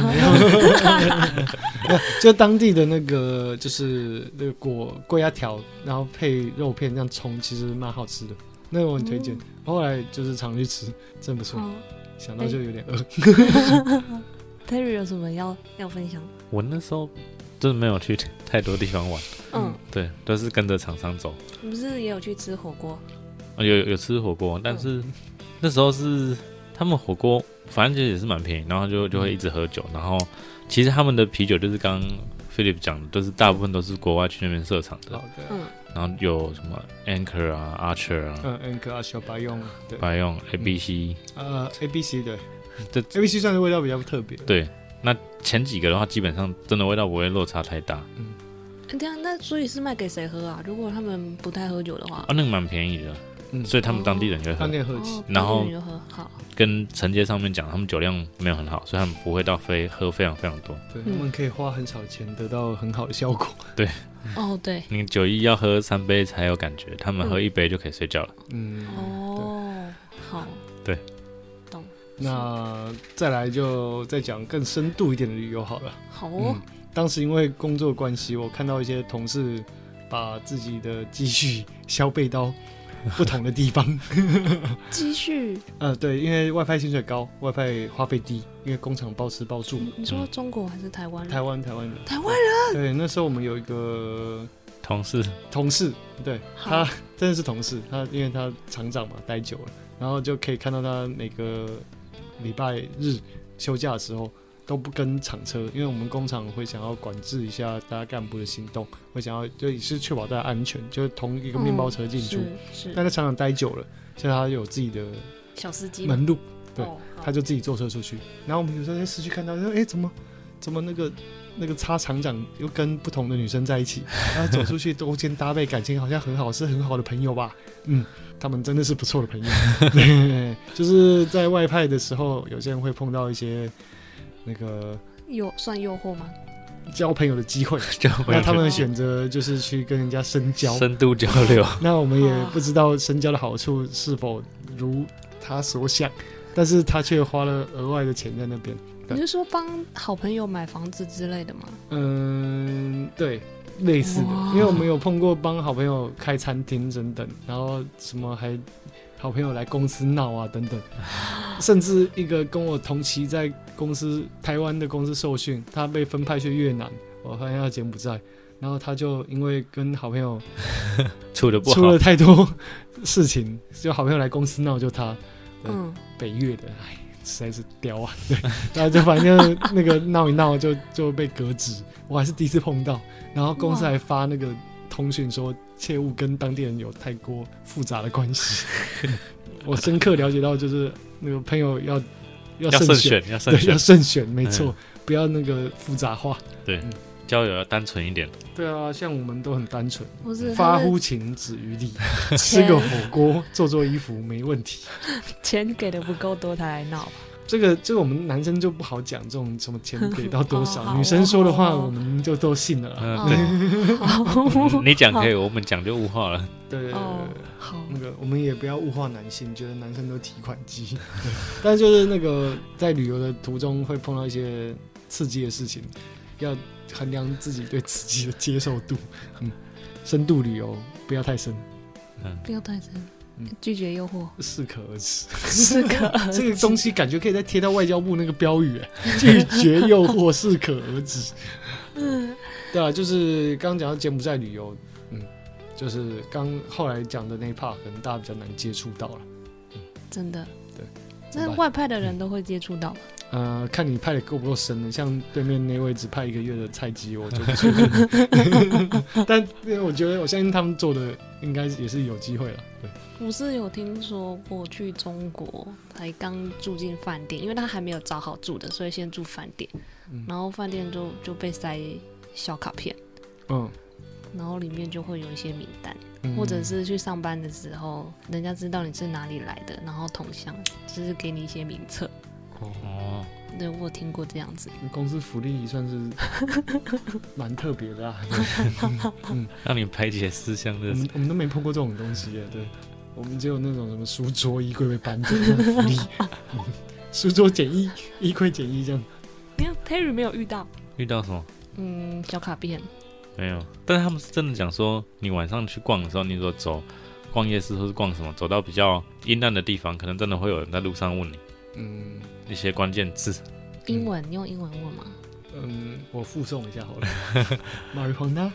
S2: 没有，就当地的那个就是那个果桂鸭条，然后配肉片这样冲，其实蛮好吃的。那个我很推荐，后来就是常去吃，真不错。
S3: 嗯
S2: 想到就有点饿。
S3: ，Terry 有什么要要分享？
S5: 我那时候真的没有去太多地方玩，
S3: 嗯，
S5: 对，都是跟着厂商走。
S3: 你不是也有去吃火锅？
S5: 哦有有吃火锅，但是那时候是他们火锅，反正就也是蛮便宜，然后就就会一直喝酒，然后其实他们的啤酒就是刚刚 Philip 讲的，都是大部分都是国外去那边设厂的
S2: 好，的，
S3: 嗯
S5: 然后有什么 Anchor 啊、Archer 啊、
S2: 嗯，N 哥阿小白用对，
S5: 白用 ABC，
S2: 呃，A B C 对
S5: 这嗯
S2: ，A B C 算是味道比较特别。
S5: 对，那前几个的话，基本上真的味道不会落差太大，
S3: 对啊，那所以是卖给谁喝啊？如果他们不太喝酒的话
S5: 啊，，那个蛮便宜的，
S2: 嗯
S5: 所以他们当地人就会
S2: 他
S5: 喝
S2: 可。以喝起
S3: 哦，
S5: 然后
S3: 就喝好，
S5: 跟承接上面讲，他们酒量没有很好，所以他们不会到非喝非常非常多。
S2: 对，
S3: 嗯
S2: 他们可以花很少钱得到很好的效果。嗯
S3: 哦对，
S5: 你酒一要喝三杯才有感觉，他们喝
S3: 嗯
S5: 一杯就可以睡觉了。
S2: 嗯，
S3: 哦好，
S5: 对，
S3: 懂，
S2: 那再来就再讲更深度一点的旅游好了。
S3: 好哦
S2: 嗯，，当时因为工作关系，我看到一些同事把自己的积蓄消费到不同的地方。
S3: 继续，
S2: 呃，对，因为外派薪水高，外派花费低，因为工厂包吃包住。
S3: 你你说中国还是台湾人？
S2: 台湾，台湾人，
S3: 台湾人
S2: 对，那时候我们有一个
S5: 同事
S2: 同事，对
S3: 好
S2: 他真的是同事，他因为他厂长嘛，待久了，然后就可以看到他每个礼拜日休假的时候都不跟厂车，因为我们工厂会想要管制一下大家干部的行动，会想要就也是确保大家安全，就是同一个面包车进出。
S3: 是是
S2: 但在厂长待久了，所以他有自己的
S3: 小司机嘛，
S2: 门路，对
S3: 哦，好
S2: 他就自己坐车出去。然后我们有时候在市区看到，说：“哎、怎么怎么那个那个叉厂长又跟不同的女生在一起？”然后走出去勾肩搭背，感情好像很好，是很好的朋友吧？嗯，他们真的是不错的朋友。 对，就是在外派的时候，有些人会碰到一些那个
S3: 诱算诱惑吗？
S2: 交朋友的机会，
S5: 就
S2: 那
S5: 会
S2: 他们选择就是去跟人家深交。
S5: 深度交流，
S2: 那我们也
S3: 哦
S2: 不知道深交的好处是否如他所想，但是他却花了额外的钱在那边。对
S3: 你是说帮好朋友买房子之类的吗？
S2: 嗯，对，类似的
S3: 哇，
S2: 因为我们有碰过帮好朋友开餐厅等等，然后什么还好朋友来公司闹啊等等，
S5: 啊
S2: 甚至一个跟我同期在公司台湾的公司受训，他被分派去越南，我发现他柬埔寨，然后他就因为跟好朋友
S5: 处的不
S2: 出
S5: 好
S2: 了，太多事情，就好朋友来公司闹就他，对
S3: 嗯，
S2: 北越的，哎，实在是刁啊， 对，然后就反正那个闹一闹就就被革职，我还是第一次碰到，然后公司
S3: 哇
S2: 还发那个通讯说，切勿跟当地人有太过复杂的关系。 我深刻了解到，就是那个朋友要
S5: 要
S2: 要慎
S5: 慎
S2: 选，
S5: 选，要慎
S2: 对，要
S5: 选，嗯
S2: 慎选，没错，不要那个复杂化。
S5: 交友要单纯一点。
S2: 对啊，像我们都很单纯，
S3: 不是
S2: 发
S3: 他是
S2: 乎情，止于礼，吃
S3: 钱
S2: 个火锅，做做衣服没问题。
S3: 钱给的不够多，他来闹吧。
S2: 这个这个我们男生就不好讲这种什么钱给到 多
S3: 哦
S2: 少，
S3: 好
S2: 女生说的话
S3: 哦
S2: 我们就都信了啦。
S5: 嗯、
S3: 哦
S5: 对，
S3: 好，
S5: 你讲可以，我们讲就物化了。
S2: 对对对对
S3: 哦
S2: 对嗯
S3: 好，
S2: 那个我们也不要物化男性，觉得男生都提款机。 但是就是那个在旅游的途中会碰到一些刺激的事情，要衡量自己对刺激的接受度。嗯，深度旅游不要太深，
S3: 不要太深
S2: 嗯，
S3: 拒绝诱惑，
S2: 适可而止。
S3: 是个
S2: 这个东西感觉可以再贴到外交部那个标语、 哎拒绝诱惑，适可而止。
S3: 嗯
S2: 对啊，就是刚刚讲到柬埔寨旅游，嗯，就是刚后来讲的那一 part，可能大家比较难接触到了。
S3: 真的。
S2: 对，
S3: 那外派的人都会接触到吧，
S2: 呃，看你拍的够不够深了。像对面那位只拍一个月的菜鸡，我就不确定。 但呃我觉得，我相信他们做的应该也是有机会了。对，
S3: 我是有听说过去中国才刚住进饭店，因为他还没有找好住的，所以先住饭店，
S2: 嗯
S3: 然后饭店就就被塞小卡片，
S2: 嗯
S3: 然后里面就会有一些名单，
S2: 嗯，
S3: 或者是去上班的时候，人家知道你是哪里来的，然后同乡，就是给你一些名册。
S2: 哦，
S5: 哦，
S3: 对，我有听过这样子，
S2: 公司福利算是蛮特别的啊。
S5: 让你排解思乡
S2: 我
S5: 的
S2: 们我们都没碰过这种东西耶，对，我们只有那种什么书桌、衣柜被搬走那种福利，嗯书桌减一，衣柜减一这样。
S3: 你看 Terry 没有遇到，
S5: 遇到什么？
S3: 嗯，小卡片，
S5: 没有，但是他们是真的讲说，你晚上去逛的时候，你说走逛夜市或是逛什么，走到比较阴暗的地方，可能真的会有人在路上问你
S2: 嗯
S5: 一些关键字。
S3: 英文，你用英文问吗？
S2: 嗯，我附送一下好了。Marijuana,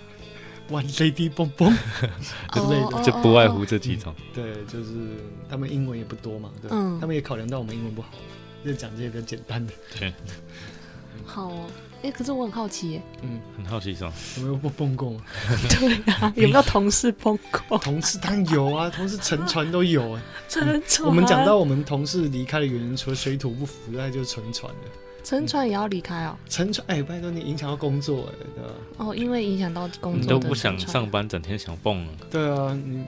S2: One Lady 蹦蹦，之类的
S3: 哦
S5: 就嗯不外乎这几种。
S2: 对，就是他们英文也不多嘛，对，
S3: 嗯
S2: 他们也考量到我们英文不好，就讲这些比较简单的。
S3: 好哦，哎、可是我很好奇耶，
S5: 很好奇什么？
S2: 有没有蹦过吗？
S3: 对啊， 有没有同事碰 过？
S2: 同事当然有啊，同事乘船都有啊。
S3: 沉船，
S2: 我们讲到我们同事离开的原因，除了水土不服，那就是乘船了。
S3: 沉船也要离开哦，
S2: 乘船，哎、拜托你影响到工作、哎，对吧？
S3: 哦，因为影响到工
S5: 你
S3: 作
S5: 都
S3: 的
S5: 不想
S3: 沉船
S5: 上班，整天想蹦了。
S2: 对啊，你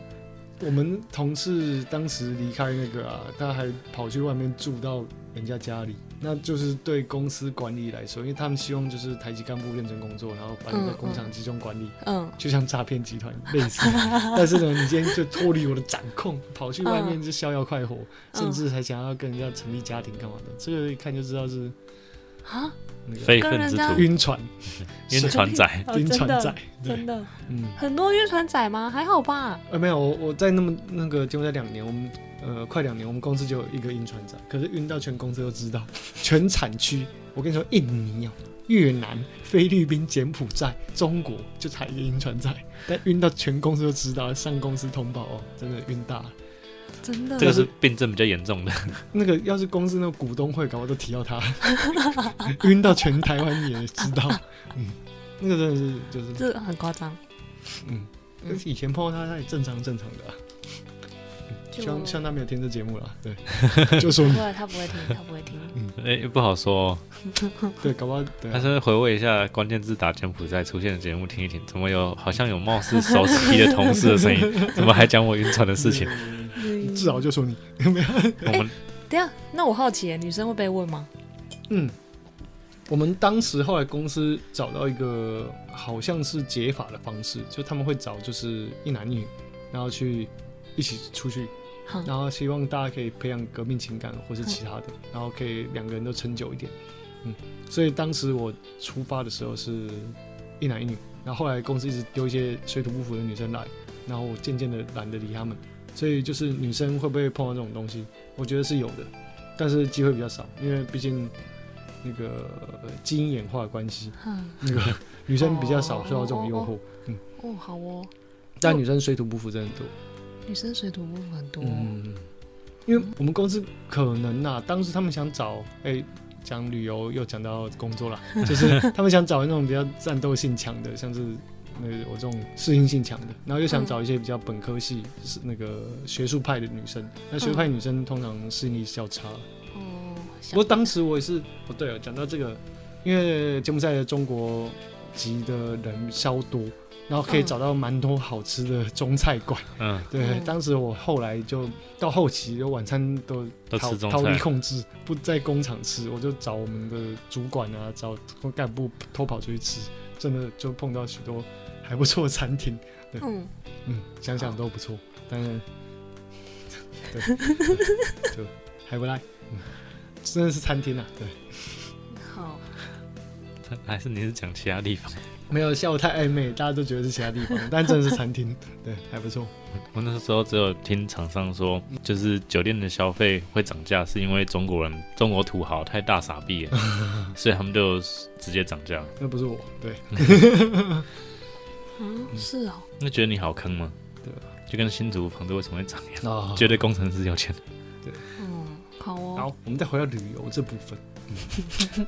S2: 我们同事当时离开那个啊，他还跑去外面住到人家家里，那就是对公司管理来说，因为他们希望就是台籍干部认真工作，然后把你在工厂集中管理，
S3: 嗯，
S2: 就像诈骗集团类 似。但是呢，你今天就脱离我的掌控，跑去外面就逍遥快活，
S3: 嗯
S2: 甚至还想要跟人家成立家庭干嘛的，这个一看就知道是
S3: 啊，
S2: 那个
S5: 非分之
S3: 跟
S5: 徒，
S2: 晕船、
S5: 晕船 仔，
S3: 哦
S2: 晕船仔，。对
S3: 真的，真的
S2: 嗯。
S3: 很多晕船仔吗？还好吧，
S2: 呃，没有，我我在那么那个节目在两年，我们呃快两年，我们公司就有一个晕船仔，可是晕到全公司都知道，全产区。我跟你说，印尼哦、越南、菲律宾、柬埔寨、中国就才一个晕船仔，但晕到全公司都知道，上公司通报哦，真的晕大了。
S3: 真的
S5: 这个是病症比较严重的。
S2: 那个要是公司那个股东会，搞我都提到他， 晕到全台湾也知道。 嗯，那个真的是就是
S3: 这很夸张，
S2: 嗯，但是以前碰到他，他也正常正常的、啊。
S3: 就
S2: 希望希望他没有听这节目了，对，就说
S3: 不
S2: 你
S3: 会，他不会听，他不会 听。
S5: 哎、不好说、哦。
S2: 对，搞不好对
S5: 但
S2: 啊、
S5: 是回味一下关键字打柬埔寨出现的节目，听一听，怎么有好像有貌似熟悉的同事的 声音？怎么还讲我晕船的事情？
S2: 至
S3: 嗯
S2: 少就说嗯你，
S5: 我们
S3: 等一下，那我好奇耶，女生会被问吗？
S2: 嗯，我们当时后来公司找到一个好像是解法的方式，就他们会找就是一男一女，然后去一起出去，
S3: 好，
S2: 然后希望大家可以培养革命情感或是其他的，然后可以两个人都撑久一点。嗯，所以当时我出发的时候是一男一女，然后后来公司一直丢一些水土不服的女生来，然后我渐渐的懒得理他们，所以就是女生会不会碰到这种东西，我觉得是有的，但是机会比较少，因为毕竟那个呃基因演化的关系，
S3: 嗯，
S2: 那个女生比较少受到这种诱惑，
S3: 哦，好哦，
S2: 但女生水土不服真的很多。
S3: 女生水土不服很多，
S2: 嗯，因为我们公司可能呐、当时他们想找，哎、讲旅游又讲到工作 啦，就是他们想找那种比较战斗性强的，像是那个我这种适应性强的，然后又想找一些比较本科系、是那个学术派的女生。那学术
S3: 嗯
S2: 派女生通常适应力是较差的。
S3: 哦，
S2: 不过当时我也是不对啊哦，讲到这个，因为柬埔寨的中国籍的人稍多，然后可以
S3: 嗯
S2: 找到蛮多好吃的中菜馆。
S5: 嗯，
S2: 对，
S3: 嗯
S2: 当时我后来就到后期，就晚餐都
S5: 都
S2: 逃
S5: 吃中
S2: 逃离
S5: 菜，
S2: 控制，不在工厂吃，我就找我们的主管啊，找干部偷跑出去吃，真的就碰到许多还不错的餐厅，
S3: 嗯，
S2: 嗯，想想都不错，但
S5: 啊
S2: 是 对，就还不赖，嗯，真的是餐厅啊，对，
S3: 好，
S5: 还是你是讲其他地方？
S2: 没有下午太暧昧，大家都觉得是其他地方，但真的是餐 厅，对，还不错，
S5: 我那时候只有听厂商说，就是酒店的消费会涨价，是因为中国人中国土豪太大傻逼了， 所以他们就直接涨价。
S2: 那不是我，对，
S3: 嗯，是哦，
S5: 那觉得你好坑吗？
S2: 对啊
S5: 就跟新竹房子为什么会涨一样，
S3: 哦
S2: 啊
S5: 觉得工程师有钱。
S3: 嗯，好哦，
S2: 好，我们再回到旅游这部分，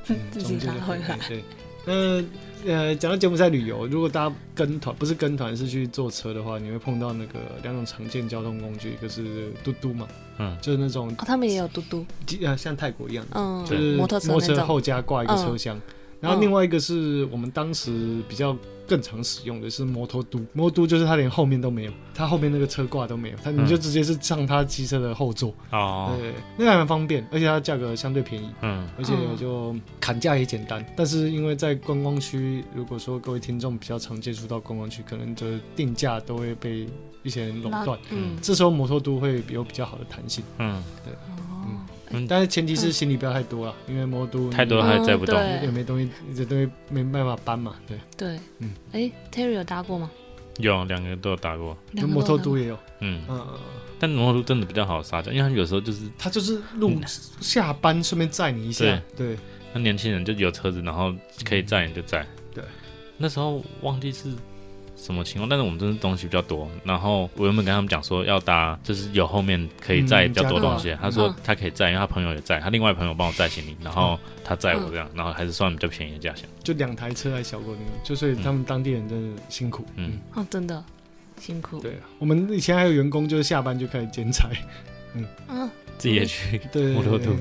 S2: 嗯
S3: 自己拿回来。
S2: 对，那呃，讲到柬埔寨旅游，如果大家跟团，不是跟团，是去坐车的话，你会碰到那个两种常见交通工具，一个是嘟嘟嘛，
S5: 嗯
S2: 就是那种
S3: 哦，他们也有嘟嘟，
S2: 呃像泰国一样的，
S3: 嗯
S2: 就，
S5: 对
S2: 是
S3: 摩托车
S2: 摩
S3: 那
S2: 托车
S3: 种，
S2: 后加挂一个车
S5: 嗯
S2: 厢，然后另外一个是我们当时比较。更常使用的是摩托嘟，摩托嘟就是它连后面都没有，它后面那个车挂都没有，它你就
S5: 嗯
S2: 直接是上它机车的后座，
S5: 哦，
S2: 对，那个还蛮方便，而且它价格相对便宜，
S5: 嗯，
S2: 而且就砍价也简单。但是因为在观光区，如果说各位听众比较常接触到观光区，可能就是定价都会被一些人垄
S3: 拉
S2: 断。
S3: 嗯，
S2: 这时候摩托都会有比较好的弹性，
S5: 嗯，
S3: 哦，
S2: 但是前提是行李不要太多了，因为摩托都
S5: 太多了还载不动。
S3: 嗯
S2: 也
S3: 对
S2: 没东西，这东西没办法搬嘛，对。
S3: 对，
S2: 嗯
S3: 嗯，哎，Terry 有搭过吗？
S5: 有两个都有打过，
S2: 就
S3: 两个
S2: 摩托
S3: 搭
S2: 都
S3: 过
S2: 也有，
S5: 嗯，
S2: 嗯、呃，
S5: 但摩托车真的比较好杀价，因为他们有时候就是
S2: 它就是路下班顺便载你一下，对，
S5: 那年轻人就有车子，然后可以载你就载。
S2: 对，
S5: 那时候忘记是什么情况，但是我们真的东西比较多。然后我原本跟他们讲说要搭，就是有后面可以载比较多东西。
S2: 嗯嗯
S5: 他说他可以载，因为他朋友也载，他另外朋友帮我载行李，然后他载我这样，然后还是算比较便宜的价钱。
S2: 就两台车还小过那个，就所以他们当地人真的辛苦，
S5: 嗯
S2: 嗯
S3: 哦，真的辛苦，
S2: 对，啊我们以前还有员工，就是下班就开始兼差，
S3: 嗯，
S5: 自己也去，
S2: 对，
S5: 摩托兔
S2: 对，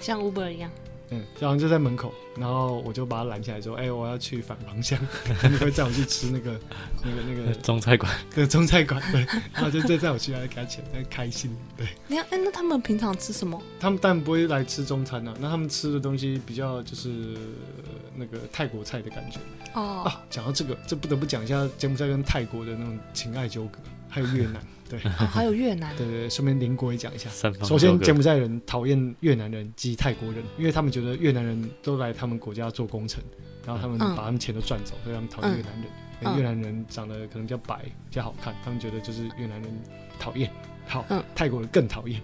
S3: 像 Uber 一样，
S2: 嗯，然后就在门口，然后我就把他拦下来说：“哎、我要去反方向， 你会载我去吃那个、那个、那个、
S5: 中菜馆
S2: 那个中菜馆？”对，然后就再载我去，还给他钱，他开心。对
S3: 你看，哎，那他们平常吃什么？
S2: 他们当然不会来吃中餐了、啊那他们吃的东西比较就是呃那个泰国菜的感觉
S3: 哦，
S2: 啊。讲到这个，这不得不讲一下柬埔寨跟泰国的那种情爱纠葛，还有越南。对
S3: 哦还有越南，
S2: 对对，顺便邻国也讲一下。
S5: 三方
S2: 首
S5: 六
S2: 先，
S5: 个
S2: 柬埔寨人讨厌越南人及泰国人，因为他们觉得越南人都来他们国家做工程，然后他们
S3: 嗯
S2: 把他们钱都赚走，所以他们讨厌越南人。因为
S3: 嗯
S2: 越南人长得可能比较白，比较好看，他们觉得就是越南人讨厌。好，
S3: 嗯
S2: 泰国人更 讨厌。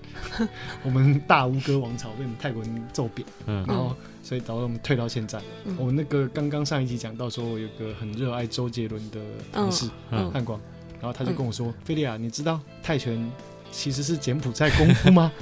S2: 我们大吴哥王朝被我们泰国人揍扁，
S5: 嗯
S2: 然后所以导致我们退到现在。
S3: 嗯
S2: 我们哦那个刚刚上一集讲到说，我有个很热爱周杰伦的同事，
S5: 嗯
S2: 汉光，然后他就跟我说：“菲利亚，你知道泰拳其实是柬埔寨功 夫吗？”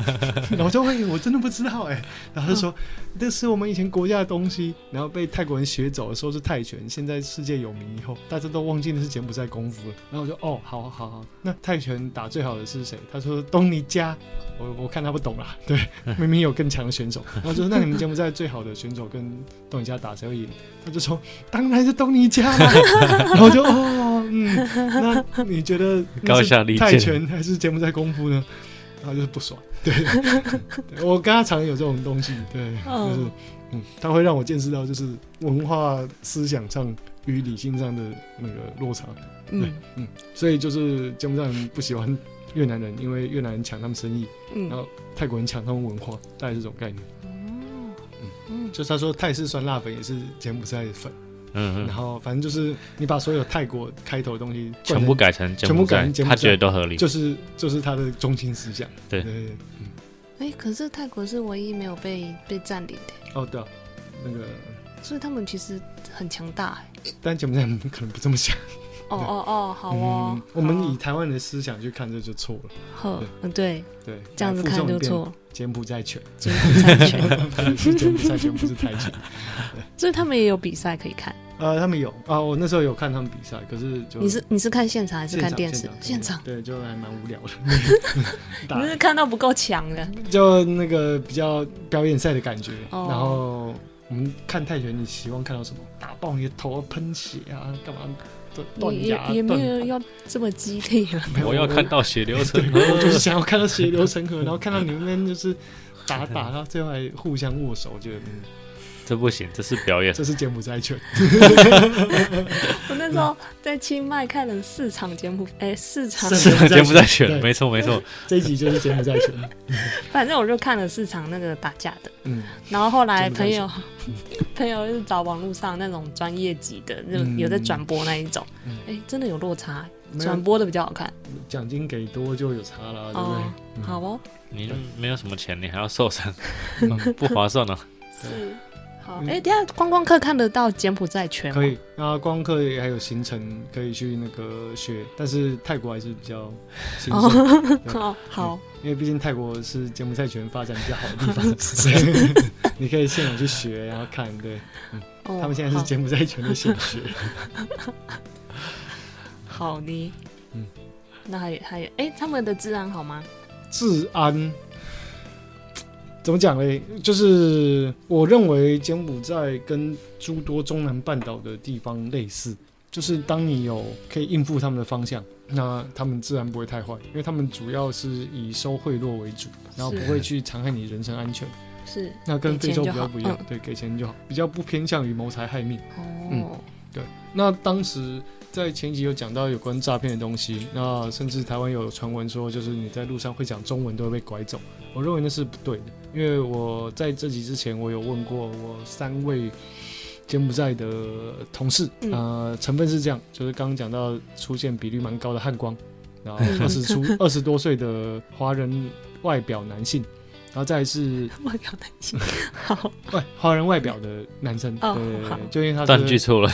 S2: 然后我就会，我真的不知道哎、然后他就
S5: 嗯
S2: 说：“那是我们以前国家的东西，然后被泰国人学走的时候是泰拳，现在世界有名以后，大家都忘记那是柬埔寨功夫了。”然后我就：“哦，好好好，那泰拳打最好的是谁？”他说：“东尼加。”我我看他不懂啦， 对，明明有更强的选手，然后就说那你们柬埔寨最好的选手跟东尼加打谁会赢？他就说当然是东尼加啦，然后我就哦，嗯，那你觉得那
S5: 高
S2: 是
S5: 下立
S2: 泰
S5: 见，
S2: 拳还是柬埔寨功夫呢？然后就是不爽，对，对我跟他常有这种东西，对，
S3: 嗯
S2: 就是嗯，他会让我见识到就是文化思想上与理性上的那个落差，
S3: 嗯
S2: 所以就是柬埔寨人不喜欢越南人，因为越南人抢他们生意，
S3: 嗯
S2: 然后泰国人抢他们文化，大概是这种概念。
S5: 哦
S3: 嗯
S2: 就是他说泰式酸辣粉也是柬埔寨粉，
S5: 嗯
S2: 然
S5: 嗯，
S2: 后反正就是你把所有泰国开头的东西
S5: 全部改成柬埔
S2: 全部改
S5: 寨
S2: 成柬，埔寨
S5: 他觉得都合理。
S2: 就是就是他的中心思想。
S5: 对
S2: 对对，
S3: 哎，可是泰国是唯一没有被被占领的，
S2: 哦对啊，那个
S3: 所以他们其实很强大。哎
S2: 但柬埔寨人可能不这么想。
S3: 哦
S2: 对
S3: 哦哦，好哦
S2: 嗯，我们
S3: 好哦
S2: 以台湾人的思想去看这就错了。
S3: 呵，嗯对，
S2: 对，
S3: 这样子看就错。了，
S2: 柬埔寨犬，
S3: 柬埔寨拳，
S2: 是柬埔寨犬不是泰犬。
S3: 所以他们也有比赛可以看。
S2: 呃，他们有啊，我那时候有看他们比赛，可是就
S3: 你是你是看现场还是
S2: 现场
S3: 看电视？现场，
S2: 对，就还蛮 无聊的。打
S3: 你是看到不够强的。
S2: 就那个比较表演赛的感觉。
S3: 哦
S2: 然后我们看泰拳，你希望看到什么？打爆你的头啊，喷血啊，干嘛断
S3: 也
S2: 断崖
S3: 也也没
S2: 断
S3: 有要这么激烈 了。
S2: 没有
S5: 我要看到血流成河。
S2: 我就是想要看到血流成河，然后看到你们就是打打，然后最后还互相握手，我觉得、嗯、
S5: 这不行，这是表 演。
S2: 这是柬埔寨犬。
S3: 我那时候在清迈看了四场柬埔哎四场，
S2: 是啊
S5: 柬埔寨犬，
S2: 对
S5: 没错没错，
S2: 这一集就是柬埔寨犬。
S3: 反正我就看了四场那个打架的。
S2: 嗯，
S3: 然后后来
S2: 柬埔
S3: 朋
S2: 寨
S3: 友 朋友就是找网络上那种专业级的，那种有在转播那一种
S2: 嗯，
S3: 哎、真的有落差、
S2: 没
S3: 转
S2: 有
S3: 播的比较好看
S2: 奖金给多就有差了，对不对
S3: 哦？
S2: 嗯
S3: 好哦，
S5: 你就没有什么钱，你还要受伤， 不划算啊。
S3: 是好，
S2: 嗯
S3: 哎、等一下观光客看得到柬埔寨圈吗
S2: 可以，那光客也还有行程可以去那个学，但是泰国还是比 较兴盛，对
S3: 哦，好，
S2: 因为毕竟泰国是柬埔寨拳发展比较好的地方，所以你可以现场去学，然后看。对，
S3: 哦，
S2: 嗯他们现在是柬埔寨拳的现学，
S3: 好好的，
S2: 嗯
S3: 那还有还有，哎、他们的治安好吗？
S2: 治安。怎么讲嘞？就是我认为柬埔寨跟诸多中南半岛的地方类似，就是当你有可以应付他们的方向，那他们自然不会太坏，因为他们主要是以收贿赂为主，然后不会去残害你人身安全。
S3: 是
S2: 那跟非洲
S3: 给钱就
S2: 比较
S3: 好嗯
S2: 不一样，对，给钱就好，比较不偏向于谋财害命。嗯
S3: 哦，
S2: 那当时在前集有讲到有关诈骗的东西，那甚至台湾有传闻说，就是你在路上会讲中文都会被拐走。我认为那是不对的，因为我在这集之前我有问过我三位柬埔寨的同事，
S3: 嗯
S2: 呃，成分是这样，就是刚刚讲到出现比率蛮高的汉光，然后二 十出二十多岁的华人外表男性，然后再来是
S3: 我有担心。好，
S2: 外华人外表的男生，
S3: 哦
S2: 对对
S3: 好
S2: 对，就因为 他
S5: 断
S2: 是
S5: 句错了，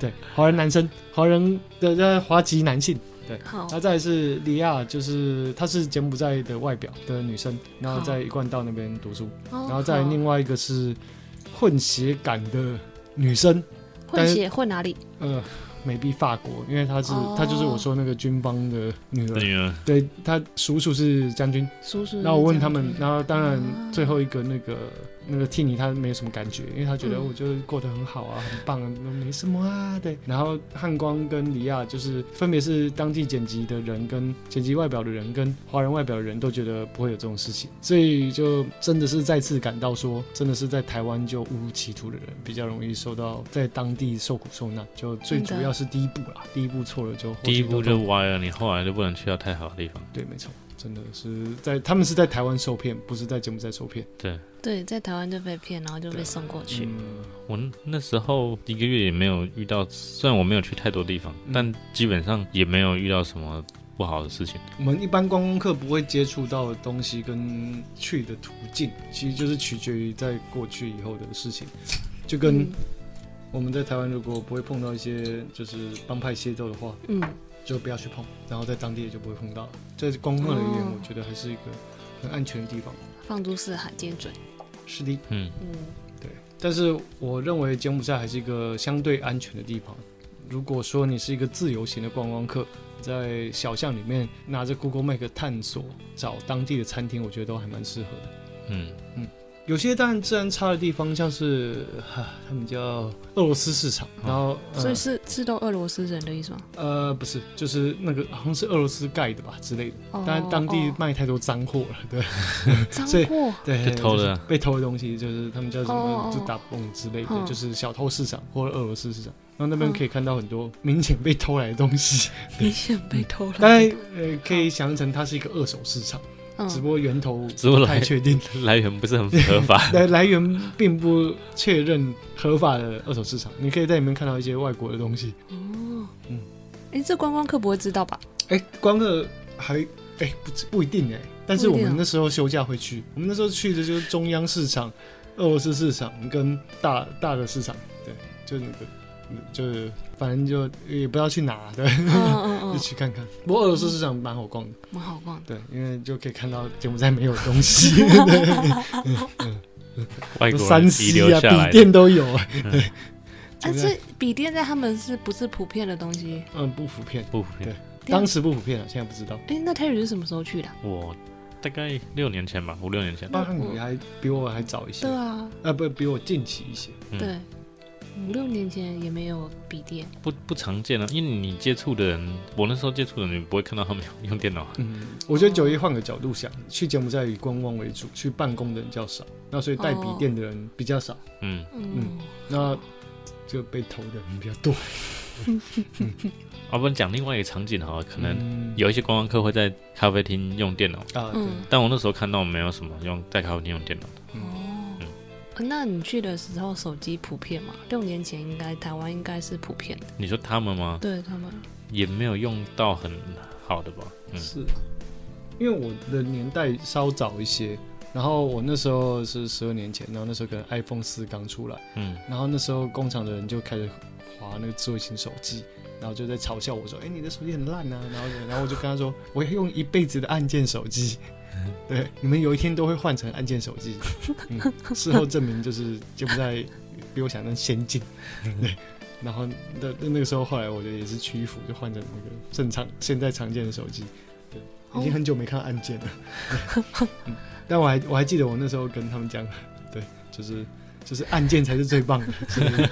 S2: 对，华人男生，华人的在华籍男性。
S3: 好，
S2: 那再来是利亚，就是她是柬埔寨的外表的女生，然后在一贯道那边读书，
S3: 然
S2: 然后再另外一个是混血感的女生，但
S3: 混
S2: 是
S3: 血混哪里？
S2: 呃，美币法国，因为她是、
S3: 哦
S2: 她就是我说那个军方的女儿，
S5: 女儿
S2: 对，她叔叔是将军。
S3: 叔叔。
S2: 那我问他们，然后当然
S3: 啊
S2: 最后一个那个那个替尼他没有什么感觉，因为他觉得
S3: 嗯
S2: 我就是过得很好啊，很棒啊，没什么啊，对。然后汉光跟李亚就是分别是当地剪辑的人跟剪辑外表的人跟华人外表的人都觉得不会有这种事情，所以就真的是再次感到说，真的是在台湾就误入歧途的人比较容易受到在当地受苦受难，就最主
S3: 真的
S2: 要是第一步啦，第一步错了就后
S5: 第一
S2: 续都
S5: 步
S2: 痛
S5: 就歪了，你后来就不能去到太好的地方。
S2: 对，没错。真的是在他们是在台湾受骗，不是在柬埔寨受骗。
S3: 对，在台湾就被骗，然后就被
S2: 对
S3: 送过去。
S2: 嗯
S5: 我那时候一个月也没有遇到，虽然我没有去太多地方，
S2: 嗯
S5: 但基本上也没有遇到什么不好的事情。
S2: 我们一般观光客不会接触到的东西跟去的途径，其实就是取决于在过去以后的事情，就跟
S3: 嗯
S2: 我们在台湾如果不会碰到一些就是帮派械斗的话，
S3: 嗯，
S2: 就不要去碰，然后在当地也就不会碰到了。这是观光客而言，
S3: 哦
S2: 我觉得还是一个很安全的地方。
S3: 放诸四海皆准。
S2: 是的，
S5: 嗯，
S3: 嗯，
S2: 但是我认为柬埔寨还是一个相对安全的地方。如果说你是一个自由行的观光客，在小巷里面拿着 Google Map 探索找当地的餐厅，我觉得都还蛮适合的。
S5: 嗯，
S2: 有些当然治安差的地方，像是 哈，他们叫俄罗斯市场，然后、
S3: 所
S2: 呃
S3: 以是是都俄罗斯人的意思吗？
S2: 呃不是，就是那个好像是俄罗斯盖的吧之类的，
S3: 哦
S2: 当然当地
S3: 哦
S2: 卖太多脏货了，对
S3: 脏
S2: 所以
S3: 货，
S2: 对，
S5: 被偷的
S2: 就是被偷的东西，就是他们叫什
S3: 哦哦
S2: 么就打蹦之类的，
S3: 嗯
S2: 就是小偷市场或者俄罗斯市场，然后那边
S3: 嗯
S2: 可以看到很多明显被偷来的东西，
S3: 明显被偷了。
S2: 大概呃可以想象成它是一个二手市场，
S3: 嗯
S2: 只不过源头
S5: 只不过
S2: 不太
S5: 来
S2: 确 定。
S5: 来源不是很合
S2: 。
S5: 法
S2: 来来源并不确认合法的二手市场，你可以在里面看到一些外国的东西。
S3: 嗯，哦，
S2: 嗯
S3: 哎，这观光客不会知 道吧？
S2: 哎、光个还哎、不知不一定哎、但是
S3: 不
S2: 我
S3: 一定啊
S2: 们那时候休假会去，我们那时候去的就是中央市场、俄罗斯市场跟大大的市场，对，就那个就是反正就也不知道去哪，对，
S3: 嗯嗯
S2: 就
S3: 嗯，
S2: 去看看。不过俄罗斯市场蛮好逛的，
S3: 蛮好逛的。
S2: 对，因为就可以看到柬埔寨没有的东 西，
S5: 外国
S2: 三
S5: 人遗
S2: C
S5: 留
S2: 啊、
S5: 下来
S2: 笔
S5: 的，
S2: 电都有，
S3: 哎，
S2: 对
S3: 这笔电在他们是不是普遍的东西？
S2: 嗯，不普遍，
S5: 不普遍
S2: 对。当时不普遍啊，现在不知道。
S3: 哎，那 Terry 是什么时候去的啊？
S5: 我大概六年前吧，五六年前。
S2: 巴汉你还比我还早一些
S3: 对，啊，
S2: 啊不比我近期一些。
S5: 嗯
S3: 对，五六年前也没有笔电，
S5: 不不常见啊，因为你接触的人，我那时候接触的人，你不会看到他们 用用电脑啊。
S2: 嗯，我觉得九一换个角度想，去柬埔寨以观光为主，去办公的人较少，那所以带笔电的人比较少，
S5: 嗯，
S3: 嗯，
S2: 那就被投的人比较多。
S5: 要啊不然讲另外一个场景好啊了，可能
S2: 嗯
S5: 有一些观光客会在咖啡厅用电脑，
S2: 啊，对，
S3: 嗯，
S5: 但我那时候看到没有什么用在咖啡厅用电脑的。
S3: 哦
S5: 嗯，
S3: 那你去的时候手机普遍嘛？六年前应该台湾应该是普遍的，
S5: 你说他们吗？
S3: 对他们，
S5: 也没有用到很好的吧？嗯，
S2: 是因为我的年代稍早一些，然后我那时候是十二年前，然后那时候可能 iPhone 四刚出来，
S5: 嗯，
S2: 然后那时候工厂的人就开始划那个智慧型手机。然后就在嘲笑我说：“哎、你的手机很烂啊！”然后，然后我就跟他说：“我要用一辈子的按键手机， 对，你们有一天都会换成按键手机。嗯”事后证明就是柬埔寨比我想象先进， 对。然后那那个时候，后来我觉得也是屈服，就换成那个正常现在常见的手机。对，已经很久没看到按键了。 对嗯但我还我还记得我那时候跟他们讲，对，就是就是按键才是最棒 的，是对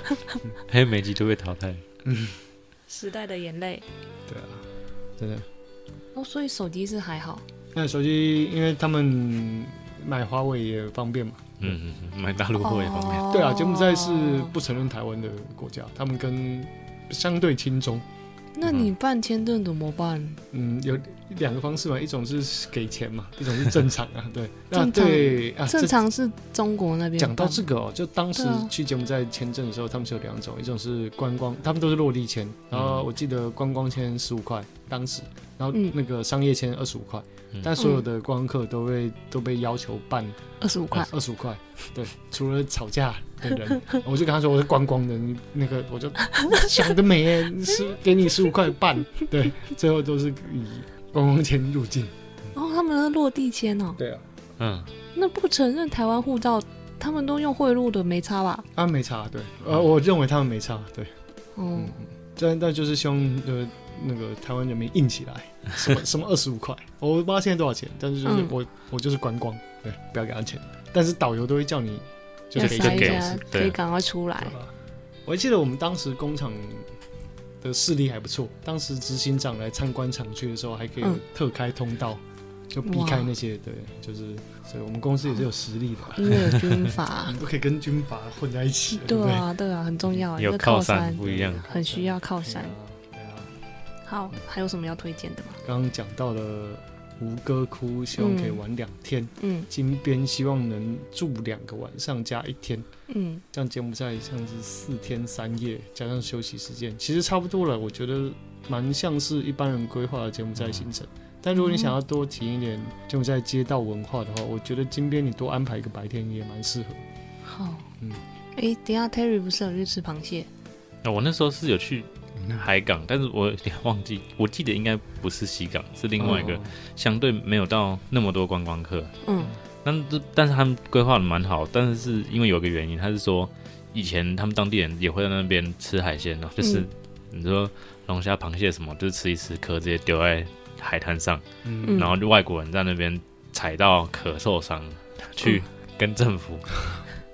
S5: 黑莓机就被淘汰。
S3: 时代的眼泪。
S2: 啊，真的。
S3: 哦，所以手机是还好，
S2: 那手机，因为他们买华为也方便嘛。
S5: 嗯嗯，嗯买大陆货也方
S3: 哦
S5: 便。
S2: 对啊，柬埔寨是不承认台湾的国家，他们跟相对轻松。
S3: 那你办签证怎么办？
S2: 嗯，有两个方式嘛，一种是给钱嘛，一种是正常啊。对，那
S3: 正常
S2: 对啊，
S3: 正常是中国那边
S2: 讲到
S3: 办
S2: 这个哦，就当时
S3: 对啊
S2: 去柬埔寨签证的时候，他们是有两种，一种是观光，他们都是落地签，然后我记得观光签十五块当时，然后
S3: 嗯
S2: 那个商业签二十五块
S5: 嗯，
S2: 但所有的观光客都被都被要求办
S3: 二十五块，
S2: 二十五块，对，除了吵架的人，我就跟他说我是观光的，你那个 我就想得美耶，是给你十五块半，对，最后都是以观光签入境，
S3: 哦，他们的落地签哦，
S2: 对啊，
S5: 嗯，
S3: 那不承认台湾护照，他们都用贿赂的，没差吧？
S2: 啊没差，对，呃，我认为他们没差，对。
S3: 哦，
S2: 嗯但但就是希望呃那个台湾人民硬起来，什么什么二十 五块，我不知道现在多少钱，但是就是
S3: 嗯
S2: 我、我就是观光，对，不要给他钱，但是导游都会叫你就
S3: 要
S2: 啊是
S5: 给
S3: 塞一
S5: 就给
S3: 下，
S5: 对
S3: 可以赶快出来。
S2: 啊我还记得我们当时工厂的视力还不错，当时执行长来参观厂区的时候，还可以有
S3: 嗯
S2: 特开通道，就避开那些对，就是所以我们公司也是有实力的吧，
S3: 因为有军阀
S2: 你，不可以跟军阀混在一起，对不
S3: 对
S2: 对？
S3: 啊，对啊，很重要，一
S5: 有
S3: 个
S5: 靠
S3: 山
S5: 山不一样。
S3: 很需要靠山。
S2: 对啊。对啊
S3: 好，还有什么要推荐的吗？
S2: 刚刚讲到了吴哥窟，希望可以玩两天；
S3: 嗯
S2: 金边希望能住两个晚上加一天，
S3: 嗯，
S2: 像柬埔寨像是四天三夜加上休息时间，其实差不多了。我觉得蛮像是一般人规划的柬埔寨行程。
S3: 嗯
S2: 但如果你想要多体验一点柬埔寨街道文化的话，我觉得金边你多安排一个白天也蛮适合。
S3: 好。
S2: 嗯
S3: 哎，等一下 Terry 不是有去吃螃蟹？
S5: 那我那时候是有去海港，但是我有点忘记，我记得应该不是西港，是另外一个、
S2: 哦
S5: 相对没有到那么多观光客。
S3: 嗯
S5: 但是但是他们规划的蛮好，但是是因为有个原因，他是说以前他们当地人也会在那边吃海鲜哦，就是、
S3: 嗯
S5: 你说龙虾、螃蟹什么，就是吃一吃壳直接丢在海滩上，
S2: 嗯，
S3: 嗯，
S5: 然后就外国人在那边踩到壳受伤，
S3: 嗯
S5: 去跟政府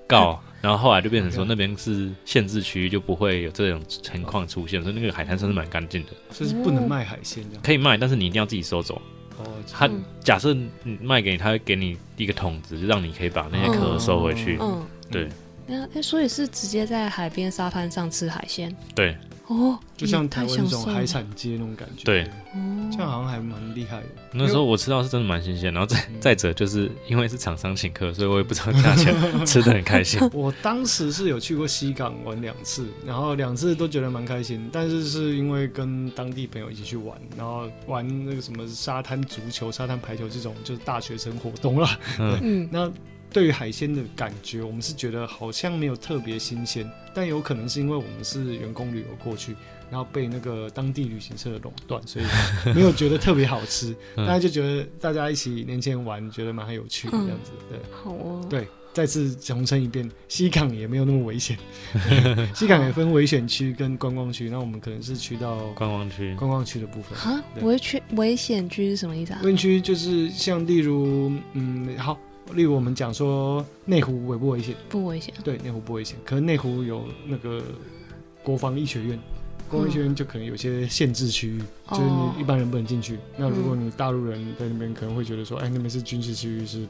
S5: 告，然后后来就变成说
S2: Okay
S5: 那边是限制区域，就不会有这种情况出现，所以那个海滩算是蛮干净的，
S2: 就是不能卖海鲜这样。
S5: 可以卖，但是你一定要自己收走。
S2: 哦，这
S5: 他
S3: 嗯
S5: 假设你卖给你，他会给你一个桶子，就让你可以把那些壳收回去。
S3: 嗯
S5: 对。
S3: 那哎，所以是直接在海边沙滩上吃海鲜
S5: 对
S3: 哦，
S2: 就像
S3: 嗯太
S2: 台湾
S3: 享
S2: 那种
S3: 受
S2: 海
S3: 了
S2: 产街那种感觉。
S5: 对，
S3: 哦
S2: 这样好像还蛮厉害的。
S5: 那时候我吃到是真的蛮新鲜，然后再
S2: 嗯
S5: 再者就是因为是厂商请客，所以我也不知道价 钱，吃的很开心。
S2: 我当时是有去过西港玩两次，然后两次都觉得蛮开心，但是是因为跟当地朋友一起去玩，然后玩那个什么沙滩足球、沙滩排球这种就是大学生活动啦。
S5: 嗯，
S3: 嗯
S2: 那对于海鲜的感觉，我们是觉得好像没有特别新鲜，但有可能是因为我们是员工旅游过去，然后被那个当地旅行社垄断，所以没有觉得特别好吃，
S5: 嗯
S2: 大家就觉得大家一起年轻人玩，觉得蛮有趣的这样子，对。
S3: 好哦，
S2: 对，再次重申一遍，西港也没有那么 危险。对西港也分危险区跟观光区，那我们可能是去到
S5: 观光区，
S2: 观光区的部分。
S3: 啊，
S2: 对
S3: 危区危险区是什么意思啊？
S2: 温区就是像例如，嗯，好，例如我们讲说内湖危不危险？
S3: 不危险。
S2: 对，内湖不危险，可是内湖有那个国防医学院，国防医学院就可能有些限制区域，就是
S3: 哦
S2: 你一般人不能进去。那如果你大陆人在那边，可能会觉得说，哎，那边是军事区域是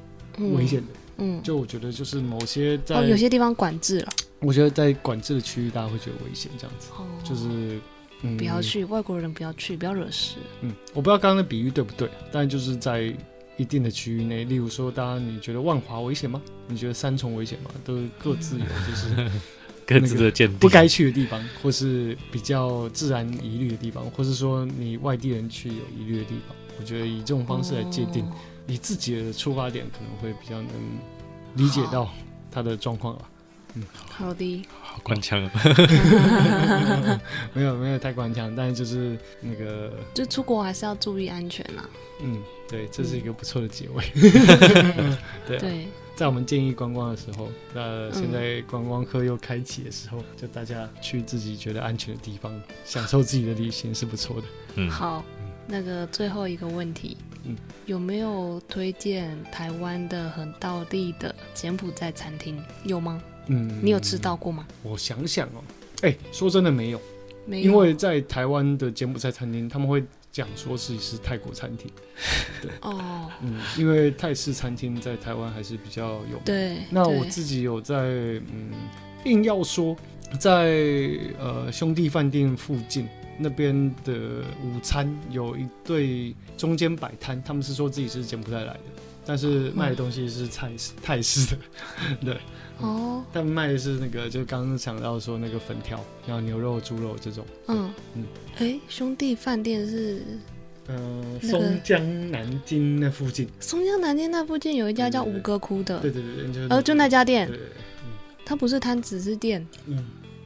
S2: 危险的。
S3: 嗯，
S2: 就我觉得就是某些在，
S3: 哦，有些地方管制了，
S2: 我觉得在管制的区域，大家会觉得危险，这样子
S3: 哦，
S2: 就是。嗯，
S3: 不要去，外国人不要去，不要惹事。
S2: 嗯，我不知道刚刚的比喻对不对，但就是在一定的区域内，例如说，当然你觉得万华危险吗？你觉得三重危险吗？都各自有就是
S5: 各自的见地，
S2: 不该去的地方，或是比较自然疑虑的地方，或是说你外地人去有疑虑的地方。我觉得以这种方式来界定，
S3: 哦
S2: 你自己的出发点可能会比较能理解到他的状况啊吧。
S3: 好的，
S5: 好官腔哦。
S2: 没有没有太官腔，但是就是那个
S3: 就出国还是要注意安全 啊。
S2: 嗯，对，这是一个不错的结尾。 对啊
S3: 对，
S2: 在我们建议观光的时候，那现在
S3: 嗯
S2: 观光客又开启的时候，就大家去自己觉得安全的地方，享受自己的旅行是不错的。
S5: 嗯，
S3: 好，那个最后一个问题，
S2: 嗯
S3: 有没有推荐台湾的很道地的柬埔寨餐厅？有吗？
S2: 嗯，
S3: 你有吃到？过吗？
S2: 我想想哦，哎、说真的没有，
S3: 没有，
S2: 因为在台湾的柬埔寨餐厅，他们会讲说自己是泰国餐厅，
S3: 哦，
S2: 嗯，因为泰式餐厅在台湾还是比较有名。
S3: 对，
S2: 那我
S3: 对
S2: 自己有在嗯，硬要说在呃兄弟饭店附近那边的午餐有一对中间摆摊，他们是说自己是柬埔寨来的，但是卖的东西是泰式泰式的，
S3: 哦，
S2: 他们卖的是那个就刚刚讲到说那个粉条，然后牛肉、猪肉这种，
S3: 嗯
S2: 嗯
S3: 哎，兄弟饭店是
S2: 呃，
S3: 那个
S2: 松江南京那附近，
S3: 松江南京那附近有一家叫
S2: 对对
S3: 吴
S2: 对
S3: 哥窟的，
S2: 对对对对，就是
S3: 呃，就那家
S2: 对
S3: 店，
S2: 对对，
S3: 它不是摊子是店。
S2: 嗯，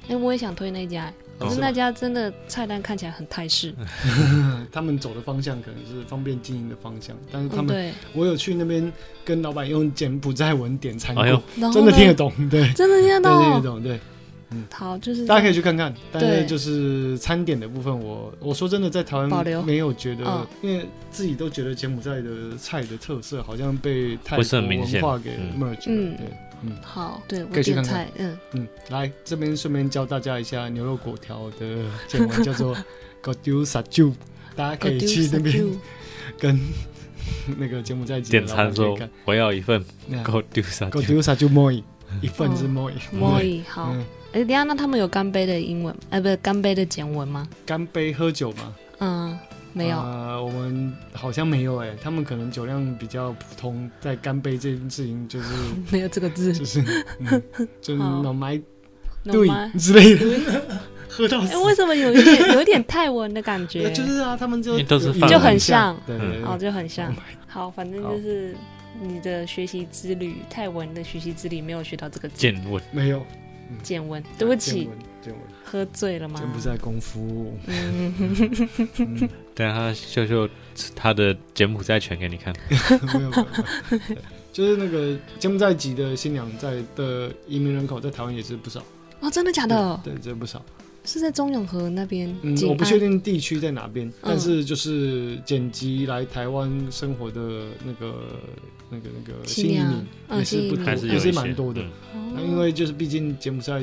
S3: 哎，我也想推那家，可
S5: 哦
S3: 是那家真的菜单看起来很泰式。
S2: 嗯他们走的方向可能是方便经营的方向，但是他
S3: 嗯，
S2: 们
S3: 对，
S2: 我有去那边跟老板用柬埔寨文点餐过，
S5: 哎呦
S3: 然后
S2: 真的
S3: 呢
S2: 听得，懂，对，
S3: 哦真的听得
S2: 对听得
S3: 懂。
S2: 懂，对，
S3: 好，就是
S2: 大家可以去看看。但是
S3: 对
S2: 就是餐点的部分我，我说真的，在台
S3: 保留
S2: 湾没有觉
S3: 嗯
S2: 得，因为自己都觉得柬埔寨的菜的特色好像被泰
S5: 不是
S2: 国
S5: 很明
S2: 文
S5: 显
S2: 化给
S5: 嗯
S2: merge 了，
S3: 嗯
S2: 对，
S3: 好，对
S2: 可
S3: 我
S2: 以去
S3: 点
S2: 看看
S3: 菜，嗯，
S2: 嗯，来这边顺便教大家一下牛肉果条的柬文叫 做 g o d u s a j u 大家可以去那边跟 那个柬埔寨籍的
S5: 点
S2: 老
S5: 餐
S2: 板
S5: 说
S2: 去看。
S5: 我要一份
S2: 那
S5: Go Do 啥
S2: g o d u s a j u moi 一份是
S3: 哦
S2: moi，
S3: 莫伊好。
S2: 嗯
S3: 哎，等一下，那他们有干杯的英文，哎，不是干杯的简文吗？
S2: 干杯喝酒嘛？
S3: 嗯，没有。
S2: 呃，我们好像没有哎、他们可能酒量比较普通，在干杯这件事 情就是
S3: 没有这个字，
S2: 就是、嗯、就是
S3: 好
S2: 脑埋
S3: 懂吗
S2: 对？之类的， 喝到 死
S3: 哎，。为什么有一点有一点泰文的感 觉？
S2: 就是啊，他们
S5: 因
S2: 就
S5: 为都是
S2: 有
S5: 饭
S2: 有
S5: 就很
S2: 像
S3: 像，
S2: 对对对
S3: 哦，就很像。好，反正
S2: Oh 好
S3: 就是你的学习之旅，泰文的学习之旅没有学到这个字
S5: 见问
S2: 没有。
S3: 见闻，对不
S2: 见
S3: 起，
S2: 闻，见闻
S3: 喝醉了吗？
S2: 柬埔寨 功夫，
S3: 嗯，
S2: 嗯，
S5: 等一下他啊秀秀他的柬埔寨拳给你看，
S2: 没有没有，没有对就是那个柬埔寨籍的新娘在的移民人口在台湾也是不少，
S3: 哦，真的假的？
S2: 对，对这不少。
S3: 是在中永和那边？啊
S2: 嗯，
S3: 景
S2: 我不
S3: 安
S2: 确。定地区在哪边，
S3: 嗯
S2: 但是就是剪辑来台湾生活的那个、那个、那个
S3: 新
S2: 新移
S3: 娘
S2: 民
S3: 嗯
S2: 也是
S3: 新移
S2: 不
S3: 民
S2: 多，
S5: 还
S2: 也
S5: 有一些
S2: 是蛮多的。
S5: 嗯
S3: 哦
S2: 那因为就是毕竟柬埔寨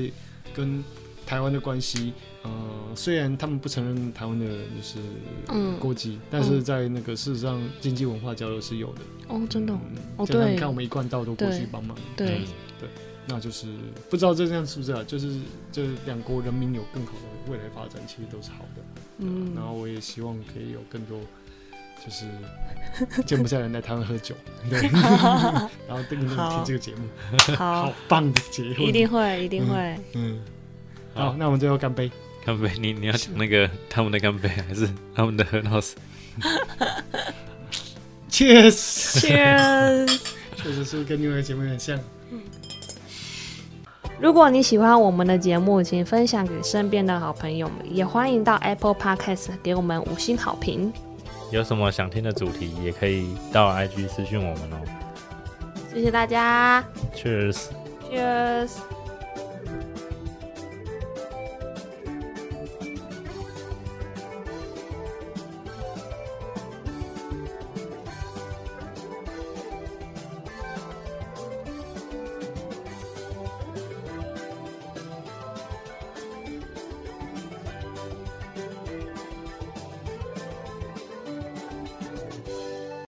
S2: 跟台湾的关系，呃，虽然他们不承认台湾的就是
S3: 嗯，
S2: 国籍，但是在那个事实上经济文化交流是有的。
S3: 哦，真的哦，
S2: 嗯
S3: 哦
S2: 加上
S3: 对
S2: 看我们一贯道都过去
S3: 对
S2: 帮忙，
S3: 对，
S5: 嗯
S2: 那就是不知道这样是不是啊？就是这两国人民有更好的未来发展，其实都是好的。
S3: 嗯，
S2: 然后我也希望可以有更多，就是 柬埔寨人来台湾 喝酒，对，然后更多人听这个节目，好
S3: 好，
S2: 棒的结
S3: 一
S2: 婚，
S3: 定会，一定会。
S2: 嗯，好，那我们最后干杯，
S5: 干杯！你你要讲那个他们的干杯，还是他们的 h e r o s
S3: c
S2: 确实，
S3: h e e
S2: 确实是跟另外一个节目有点像，
S4: 如果你喜欢我们的节目，请分享给身边的好朋友们，也欢迎到 Apple Podcast 给我们五星好评。
S5: 有什么想听的主题，也可以到 IG 私讯我们哦。
S4: 谢谢大家
S5: Cheers。
S4: ，Cheers。